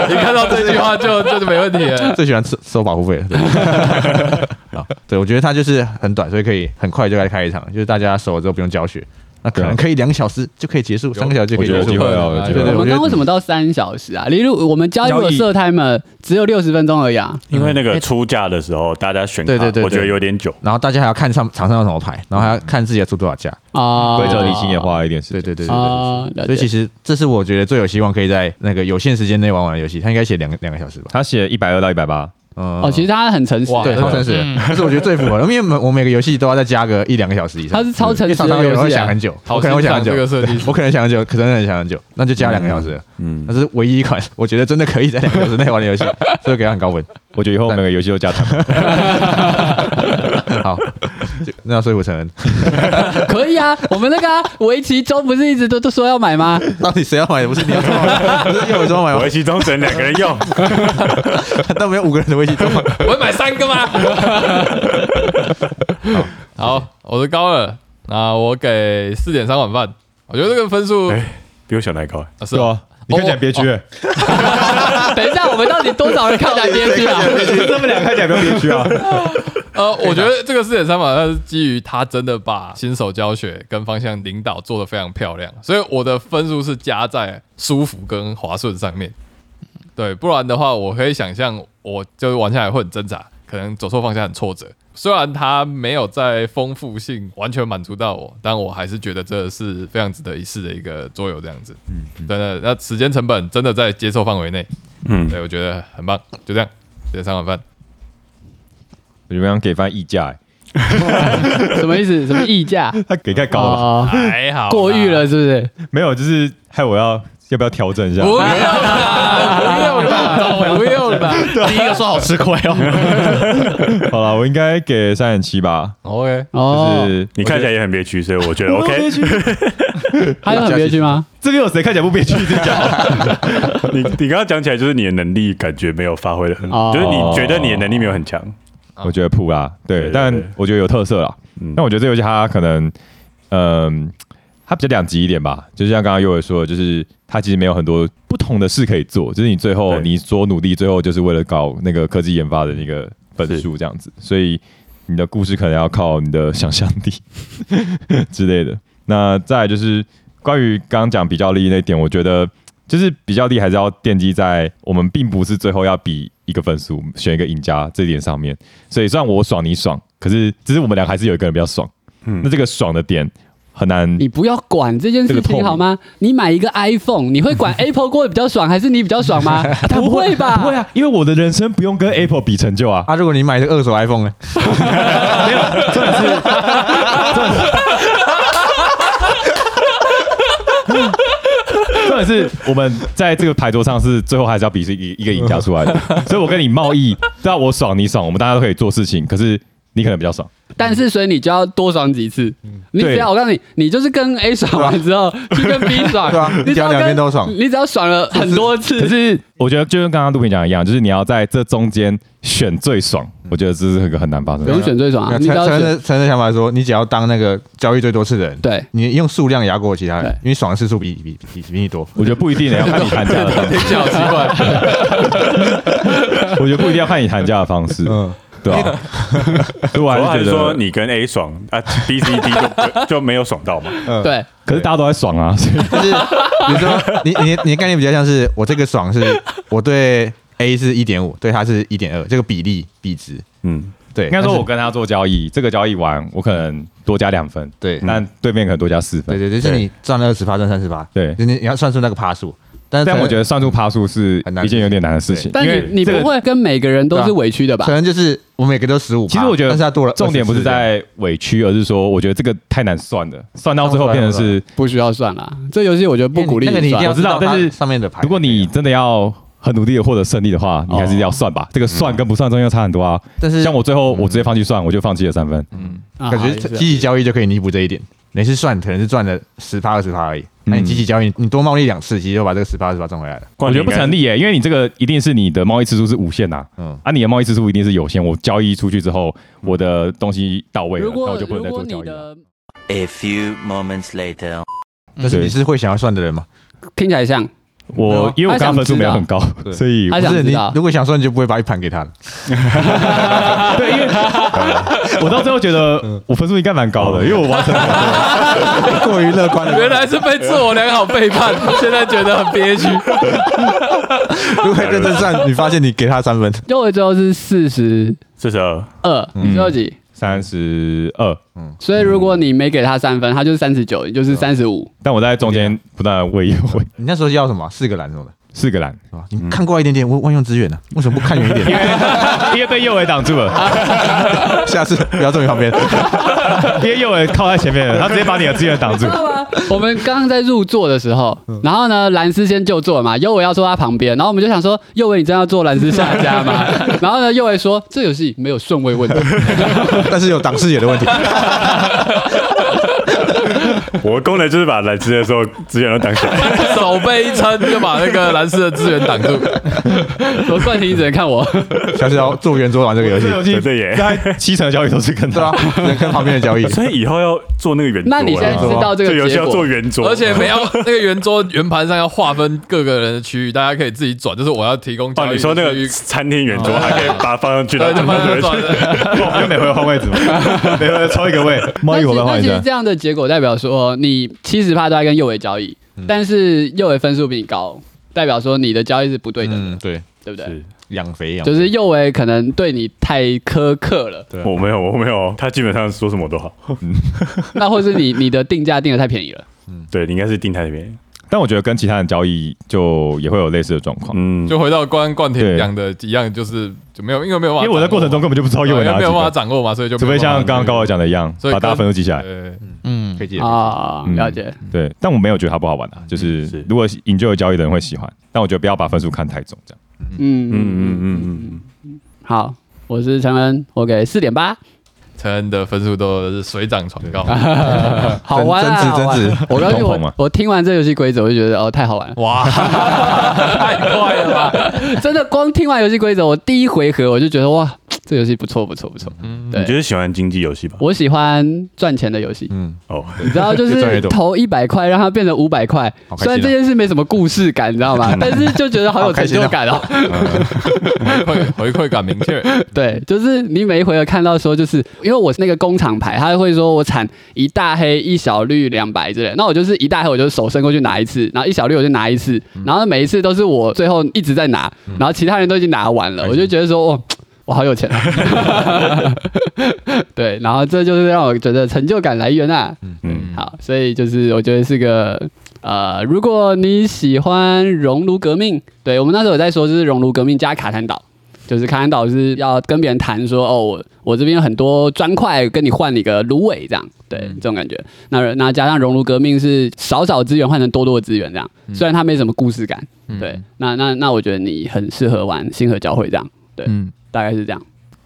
你看到这句话就就是没问题了。
最喜欢收收保护费了。对 好，对我觉得他就是很短，所以可以很快就来开一场，就是大家熟了之后不用教学，那可能可以两小时就可以结束，三个小时就可
我
以
觉得
结
有机
束
会。哦，有机会
对
我
哦。
啊我
们
觉
刚
得
为什么到三小时啊？例如我们交易
交
的
易
设 timer 只有六十分钟而已啊。
因为那个出价的时候，大家选
对
卡
对对，对
我觉得有点久，
然后大家还要看上场上有什么牌，然后还要看自己要出多少价。
啊，
规则理清也花了一点时
对
间，
对对对对。
啊，了
所以其
解。
实这是我觉得最有希望可以在那个有限时间内玩完的游戏，他应该写两个两个小时吧。
他写一百二到一百八，
嗯，
哦，其实他很诚实，
哇
对，嗯
对
超诚实的，这是我觉得最符合的，因为每我每个游戏都要再加个一两个小时以上。
他是超诚实的
因为常常有人会
游戏啊
想很久，
好
我可能会想很久
欣赏这个设计师，
我可能想很久，可能很想很久，那就加两个小时了。
嗯
那，是唯一一款我觉得真的可以在两个小时内玩的 游戏，所以给他很高分。
我觉得以后每个游戏都加 timer，
好，就那所以我承认，
可以啊。我们那个啊围棋周不是一直都都说要买吗？
到底谁要买？不是你要买，不是我说
哎
买
我
吗
一？起装成两个人 用，
但没有五个人的游戏都买。
我会买三个吗？好，我是高二，那我给四点三碗饭。我觉得这个分数
哎比我想的还高。
啊是
是
哦，
吧？你看起来很憋屈耶，
等一下，我们到底多少人看起来憋屈啊？
他们俩看起来比较憋屈啊。
呃，我觉得这个四点三碗饭是基于他真的把新手教学跟方向领导做得非常漂亮，所以我的分数是加在舒服跟滑顺上面。对，不然的话，我可以想象我就是玩下来会很挣扎。可能走错方向很挫折。虽然它没有在丰富性完全满足到我，但我还是觉得这是非常值得一试的一个桌游这样子。嗯，对的，那时间成本真的在接受范围内，
嗯，
对我觉得很棒。就这样，直接上晚饭。
你们想给翻溢价、欸，
什么意思？什么溢价？
他给太高了吧，
哦，
还好啦
过誉了是不是？
啊没有，就是害我要要不要调整一下？
不
哦
用
啊
啦，不用啦，不用啦。
第一个说好吃亏 哦，
好了，我应该给三点七吧，
OK，
就
哦，
是
你看起来也很憋屈，所以我 觉得 OK。
还有很憋屈吗？
这边有谁看起来不憋屈？自己讲。
你你刚刚讲起来就是你的能力感觉没有发挥的很，
哦
就是你觉得你的能力没有很强，
我觉得铺啦，对，
对对
但
对
我觉得有特色啦。
嗯
但我觉得这游戏它可能，嗯、它比较两极一点吧。就是像刚刚悠伟说的，就是它其实没有很多不同的事可以做，就是你最后
对
你所努力，最后就是为了搞那个科技研发的那个分数这样子，所以你的故事可能要靠你的想象力 之类的。那再来就是关于刚刚讲比较力那一点，我觉得。就是比较力还是要奠基在我们并不是最后要比一个分数选一个赢家这一点上面，所以虽然我爽你爽，可是只是我们俩还是有一个人比较爽。
嗯
那这个爽的点很难，
你不要管这件事
这个
情
痛
好吗？你买一个 iPhone，你会 管 Apple 过得比较爽还是你比较爽吗？不会吧？
不会啊，因为我的人生不用跟 Apple 比成就啊。
啊，如果你买这个二手 iPhone 呢？
重点是我们在这个牌桌上是最后还是要比是一一个赢家出来的，所以我跟你贸易，对啊，我爽你爽，我们大家都可以做事情，可是你可能比较爽。
但是所以你就要多爽几次。
嗯
你只要我告诉你，你就是跟 A
啊
爽完之后去跟 B 爽，
对啊
你只要
你只要两
跟
边都爽
你只要爽了很多次。
可是我觉得就跟刚刚杜平讲的一样，就是你要在这中间选最爽，我觉得这是一个很难发生
不
的
用。选最爽啊，
陈
你只要
陈
选
的陈的想法说，你只要当那个交易最多次的人，
对。
你用数量压过其他人
对，
因为爽的次数比比比比你 多。
我觉得不一定，要看你谈价的方式。
听起来好奇怪。
我觉得不一定要看你谈价的方式，
嗯，
对啊。所以我
主要
还
还
是
是
觉
说
得，
你跟 A 爽啊，B、C、D 就就没有爽到嘛。
对，
可是大家都在爽啊，所以
就是比如说你你你的概念比较像是我这个爽是我对 A 是一点五，对他是一点二，这个比例比值。
嗯，
对，
应该说
但是
我跟他做交易，这个交易完我可能多加两分，
对
但嗯对面可能多加四
对
分。
对对，就是你赚二十趴，赚三十趴，
对
就是你你要算出那个趴数。但是
但
陈
我觉得算出趴数是
很难
一件有点难的事情。
但
因为
你你
这个
不会跟每个人都是
对啊
委屈的吧
可？能就是我每个都十五，
其实我觉得
但是他多了，
重点不是，
哎
在委屈，而是说我觉得这个太难算了，算到最后变成是，
不需要算啦，这游戏我觉得不鼓励
哎
那个你一定
算
要
我知道
它
但是
上面的啊牌。
如果你真的要很努力的获得胜利的话，你还是要算吧。这个算跟不算中间差很多啊。
但是
像我最后我直接放弃算，我就放弃了三分。
啊
感觉
好意思
积极交易就可以弥补这一点。你是算可能是赚了十趴二十趴而已，那你积极交易，你多贸易两次，其实就把这个十趴二十趴赚回来了。
我觉得不成立耶，因为你这个一定是你的贸易次数是无限呐，
嗯
啊，你的贸易次数一定是有限。我交易出去之后，我的东西到位了，
如
那
果
我就不
如
能再
果
做交
你
易了。
的
A few moments later.
嗯
但是
对
你是会想要算的人吗？
听起来像
我因为我刚刚分数没有很高，所以
他
不
想知
是你
道，
如果想算，你就不会把一盘 给他了。
对，因 为我到最后觉得我分数应该蛮高的，因为我完成了
过于乐观的 人，
原来是被自我良好 背叛，现在觉得很憋屈。
如果认真算，你发现你给他三分，
因为我最后是四十
四十二，
二，
嗯
你最后几？
三十二，
所以如果你没给他三分，他就是三十九，也
嗯
就是三十五。
但我在中间不断地喂一喂
你那时候要什么？四个篮什么的，
四个篮，
是吧？你看过一点点，万万用资源呢？为什么不看远一 点？
因为被右尾挡住 了，
下次不要坐你旁边。
因为右尾靠在前 面了，他直接把你的资源挡住。
我们刚刚在入座的时候，
嗯
然后呢，蓝斯先就座嘛，右维要坐他旁边，然后我们就想说，右维你真的要坐蓝斯下家 吗？然后呢，右维说这游戏没有顺位问题，
但是有挡视野的问题。
我的功能就是把来吃的时候资源都挡起 来。
手背一撑就把那个蓝色的资源挡住。
我冠廷只能看 我。
下次要做圆桌玩这个游戏，
真的 耶
在七成的交易都是跟
哎对
他
啊，只能跟旁边的交易。
所以以后要做那个圆桌啊，
那你现在知道这
这游
个
戏
结
要做
果？
圆桌，
而且没要那个圆桌圆盘上要划分各个人的区域，大家可以自己转。就是我要提供
哦，
交易
你说那
的区
个
域，
餐厅圆桌还可以把它放 上去，
对，就
然
慢
后
慢
就
转
会。
我就每回换位置 嘛，每回抽一个位，贸
那
易
其
伙伴换
那
一
其实
下。
这样的结果代表说，你七十趴都在跟右维交易，但是右维分数比你高，代表说你的交易是不对的。
嗯，对，
对不对？
是
养肥养肥，
就是右维可能对你太苛刻了，
对啊
我没有，我没有，他基本上说什么都好。
那或是你你的定价定的太便宜了，
对，你应该是定台里面，
但我觉得跟其他人交易就也会有类似的状况，
嗯，
就回到关冠廷
对
讲的一样，就是就没有，因为没有办法掌
因
握嘛，
为我在过程中根本就不知道
对
又有哪
没
几
有办法
个，
掌握嘛，所以就
除非像刚刚高
我
尔讲的一样，
所以
把大家
跟
分数记下来。
对，
嗯，
可以借
啊，
嗯
了解。
对，但我没有觉得它不好玩啊，就是
是
如果 enjoy 交易的人会喜欢，但我觉得不要把分数看太重，这样。
嗯
嗯嗯嗯嗯嗯，
好，我是陈恩，我给四点八，
陈恩的分数都是水涨船高，
好玩啊，
增值
好玩
增值
我告诉你，
通膨嘛
我我听完这游戏规则，我就觉得哦，太好玩了。
哇，太快了吧！
真的，光听完游戏规则，我第一回合我就觉得哇，这游戏不错，不错，不错。
你就
对，
是喜欢经济游戏吧？
我喜欢赚钱的游戏。
嗯，
哦，
你知道， 就
越赚越
是
多
投一百块，让它变成五百块。
好开
虽
心啊
然这件事没什么故事感，你知道 吗？但是就觉得好有成就感哦。
回馈回馈感明确，
对，就是你每一回合看到说，就是因为我是那个工厂牌，他会说我产一大黑、一小绿、两白之类的。那我就是一大黑，我就手伸过去拿一次，然后一小绿我就拿一次，然后每一次都是我最后一直在拿，然后其他人都已经拿完了，我就觉得说，哇，我好有钱啊！ 对，然后这就是让我觉得成就感来源啊。
嗯，
好，所以就是我觉得是个呃，如果你喜欢熔炉革命，对我们那时候有在说，就是熔炉革命加卡坦岛。就是卡坦岛是要跟别人谈说，哦，我我这边有很多砖块，跟你换一个芦苇这样，对、这种感觉。那那加上熔炉革命是少少资源换成多多的资源这样，虽然它没什么故事感，对，那那那我觉得你很适合玩星河交汇这样，对，
嗯
大概是这样。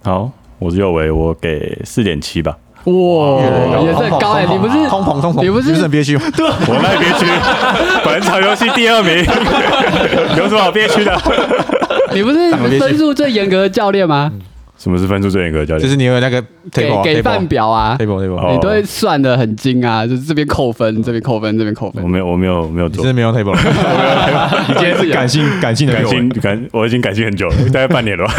好，我是右维，我给四点七吧。
哦哇也是很
通膨
高哎、
通膨
你不是
哦通膨通膨，
你不是
很憋屈吗？
我那憋屈，本场游戏第二名， 有什么好憋屈的？
你不是分数最严格的教练吗？
什么是分数最严格的教
就
练？
是你有那个
给
table
给饭表啊，
table table，
哦
你都会算的很精啊，就是这边扣分，这边扣分，这边扣分
我。没有，我没有，我没有
你
做
真的。没有 table，
你今 天是感性感性的
感
给我
性感，我已经感性很久了，大概半年了吧。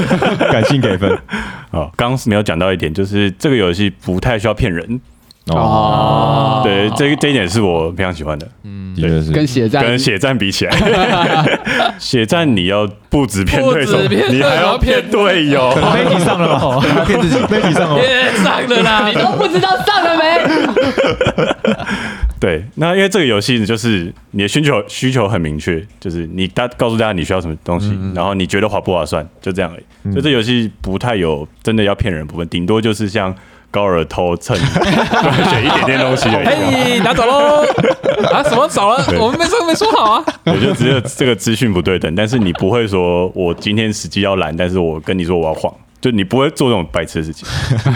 感性给 分
好，刚没有讲到一点，就是这个游戏不太需要骗人。
哦，
哦，
对，这这一点是我非常喜欢的，
的确是
跟血战
跟血战比起来，血战你要不止骗对手
不止骗，
你还要骗队友。
媒体哦上了吗？还要骗自己，媒体上了吗？
上的啦，
你都不知道上了没？
对，那因为这个游戏就是你的需求需求很明确，就是你大告诉大家你需要什么东西，
嗯
然后你觉得划不划算，就这样而已。所以这游戏不太有真的要骗人的部分，顶多就是像高尔偷蹭 选一点点东西而 已。
嘿，拿走喽！ 啊，什么走了？我们没说没说好啊。
我就只有这个资讯不对等，但是你不会说我今天实际要懒，但是我跟你说我要晃，就你不会做这种白痴的事情，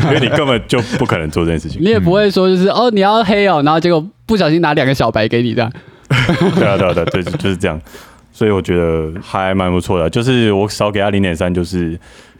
因为你根本就不可能做这件事 情
你。也不会说就是哦，你要黑哦，然后结果不小心拿两个小白给你这样。
对啊，对啊，对啊，对，就就是这样。所以我觉得还蛮不错的，啊就是我少给他零点三，就是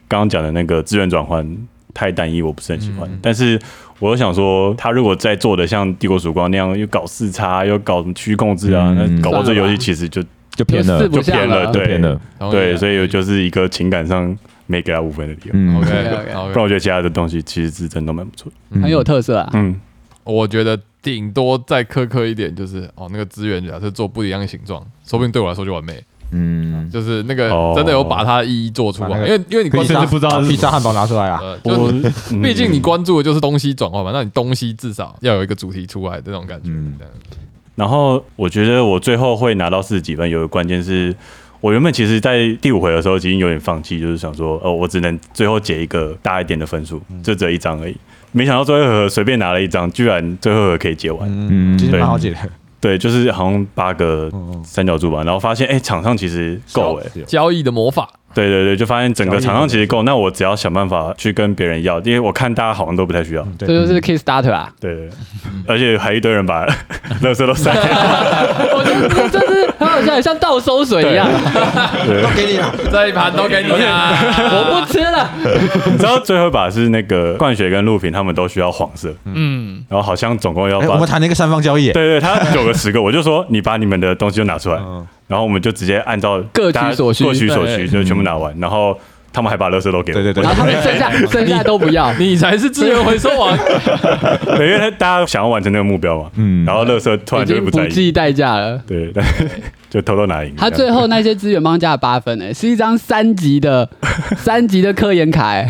刚刚讲的那个资源转换太单一，我不是很喜欢。
嗯
但是我又想说，他如果再做的像《帝国曙光》那样，又搞四叉，又搞什么区域控制啊，
嗯
那搞到这
算了吧
游戏其实就
就偏
就
了
是，不
就
像啊
偏
了哦
了，对
偏了，
对，所以我就是一个情感上没给他五分的理由。
嗯
OK OK，
不然我觉得其他的东西其实是真的蛮不错的。
很有特色啊。
嗯，
我觉得顶多再苛刻一点，就是哦，那个资源假设做不一样的形状，说不定对我来说就完美。
嗯，
就是那个
哦
真的有把它的意义做出
把
来，
那个
因为因为你
可以
关注
甚至
不知道
把
是什么
披萨汉堡拿出来啊，
呃，就
我
是
嗯
毕竟你关注的就是东西转换嘛，那你东西至少要有一个主题出来的那种感觉。
嗯
这样
然后我觉得我最后会拿到四十几分，有一个关键是我原本其实，在第五回的时候已经有点放弃，就是想说，哦，我只能最后解一个大一点的分数，就只有一张而已。没想到最后一盒随便拿了一张，居然最后一盒可以解完。
嗯，其实蛮好解的，
对，就是呃好像八个三角柱吧，然后发现，哎、场上其实够哎、
交易的魔法，
对对对，就发现整个场上其实够，那我只要想办法去跟别人要，因为我看大家好像都不太需要。
这就是 Kickstarter 啊，
对对对，而且还一堆人把垃圾都塞了。
我觉得这就是很好笑，像倒收水一样。
都给你了，
这一盘都给你 啊 啦。
我不吃了，
你知道最后一把是那个冠雪跟陆平他们都需要黄色，
嗯，
然后好像总共要
哎，我
把
们，谈了一个三方交易，
对 对，他九个十个，我就说你把你们的东西都拿出来，
嗯
然后我们就直接按照
各取
大家
所需
各取所需
对
就全部拿完，然后他们还把垃圾都给我，
嗯对对对
然后他们剩下剩下都不要。
你才是资源回收王，
对，因为他大家想要完成那个目标嘛，
嗯
然后垃圾突
已
然就会
经
不
不
在意，
计代价了，
对，但 就偷偷拿赢。
他最后那些资源帮他加了八分诶、欸是一张三级 的三级的科研卡、欸，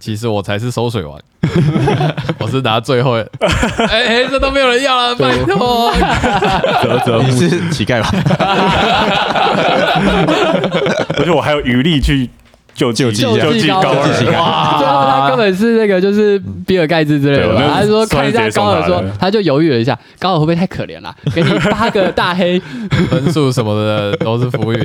其实我才是收水 王，我是拿最后的，哎、哎、这都没有人要了，拜 托，
折折
你是乞 丐吧？
而且我还有余力去救救
济一下
济高
救济
尔。
最后他根本是那个就是比尔盖茨之类的
对我
吧，
那
他就说看一下高尔
算是直
说
接送他的，
他就犹豫了一下，高尔会不会太可怜了？给你八个大 黑，
分数什么的都是浮云，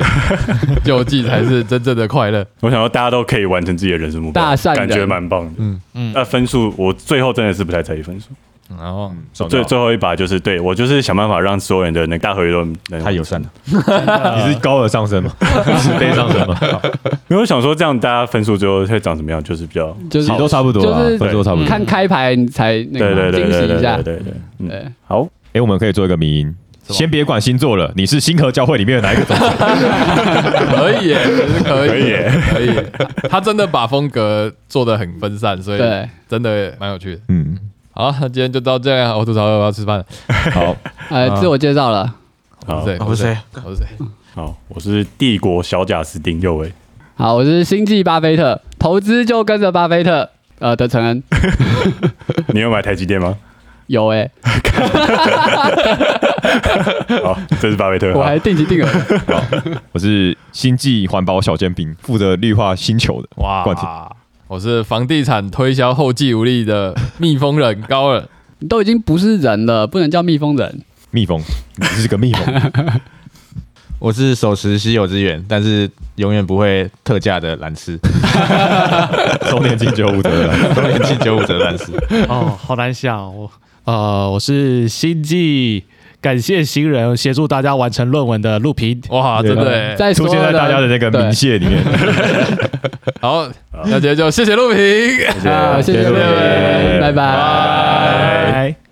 救济才是真正的快乐。
我想要大家都可以完成自己的人生目标，
大善人
感觉蛮棒的。嗯嗯，那分数我最后真的是不太在意分数，
然
哦
后
最最后一把就是对我就是想办法让所有人的那个大合约都能
太友善了，
呃
你是高额 上升吗？
是悲伤什么，
没有我想说这样大家分数最后会长什么样，就是比较
就
其
是
实都差不多啦，
就是
分数都差不多。
看开牌你才那
对
个
对
嘛
对
惊
对
喜
对
一下
对。对对，嗯，
对，
好，
哎、我们可以做一个迷因，先别管星座了，你是星河教会里面的哪一个种族？
可以耶，可以，
可以耶
可以。他真的把风格做得很分散，所以
对
真的蛮有趣的。
嗯，
好，那今天就到这样，我吐槽我要吃饭了。
好，
啊
呃，自我介绍了
好
对，
我是谁？
我是谁？
好，我是帝国小贾斯汀右卫，
好，我是星际巴菲特，投资就跟着巴菲特。呃的承恩
你有买台积电吗？
有哎、
好，这是巴菲 特，
我还定期定额。
我是星际环保小煎饼，负责绿化星球的。哇，冠廷，
哇，我是房地产推销后继无力的蜜蜂人高尔。
你都已经不是人了，不能叫蜜蜂人。
蜜蜂，你是个蜜 蜂。
我是手持稀有资源，但是永远不会特价的蓝 斯，
周年庆就五得了。
周年庆九五折蓝斯。
哦，好难想哦我。呃，我是星际，感谢新人协助大家完成论文的录屏。
哇，真的耶。
在
哎出
所有
现在大家的那个
对
冥界里面，
好，那今天就谢谢陆平。
啊，谢谢各位，拜拜。
拜。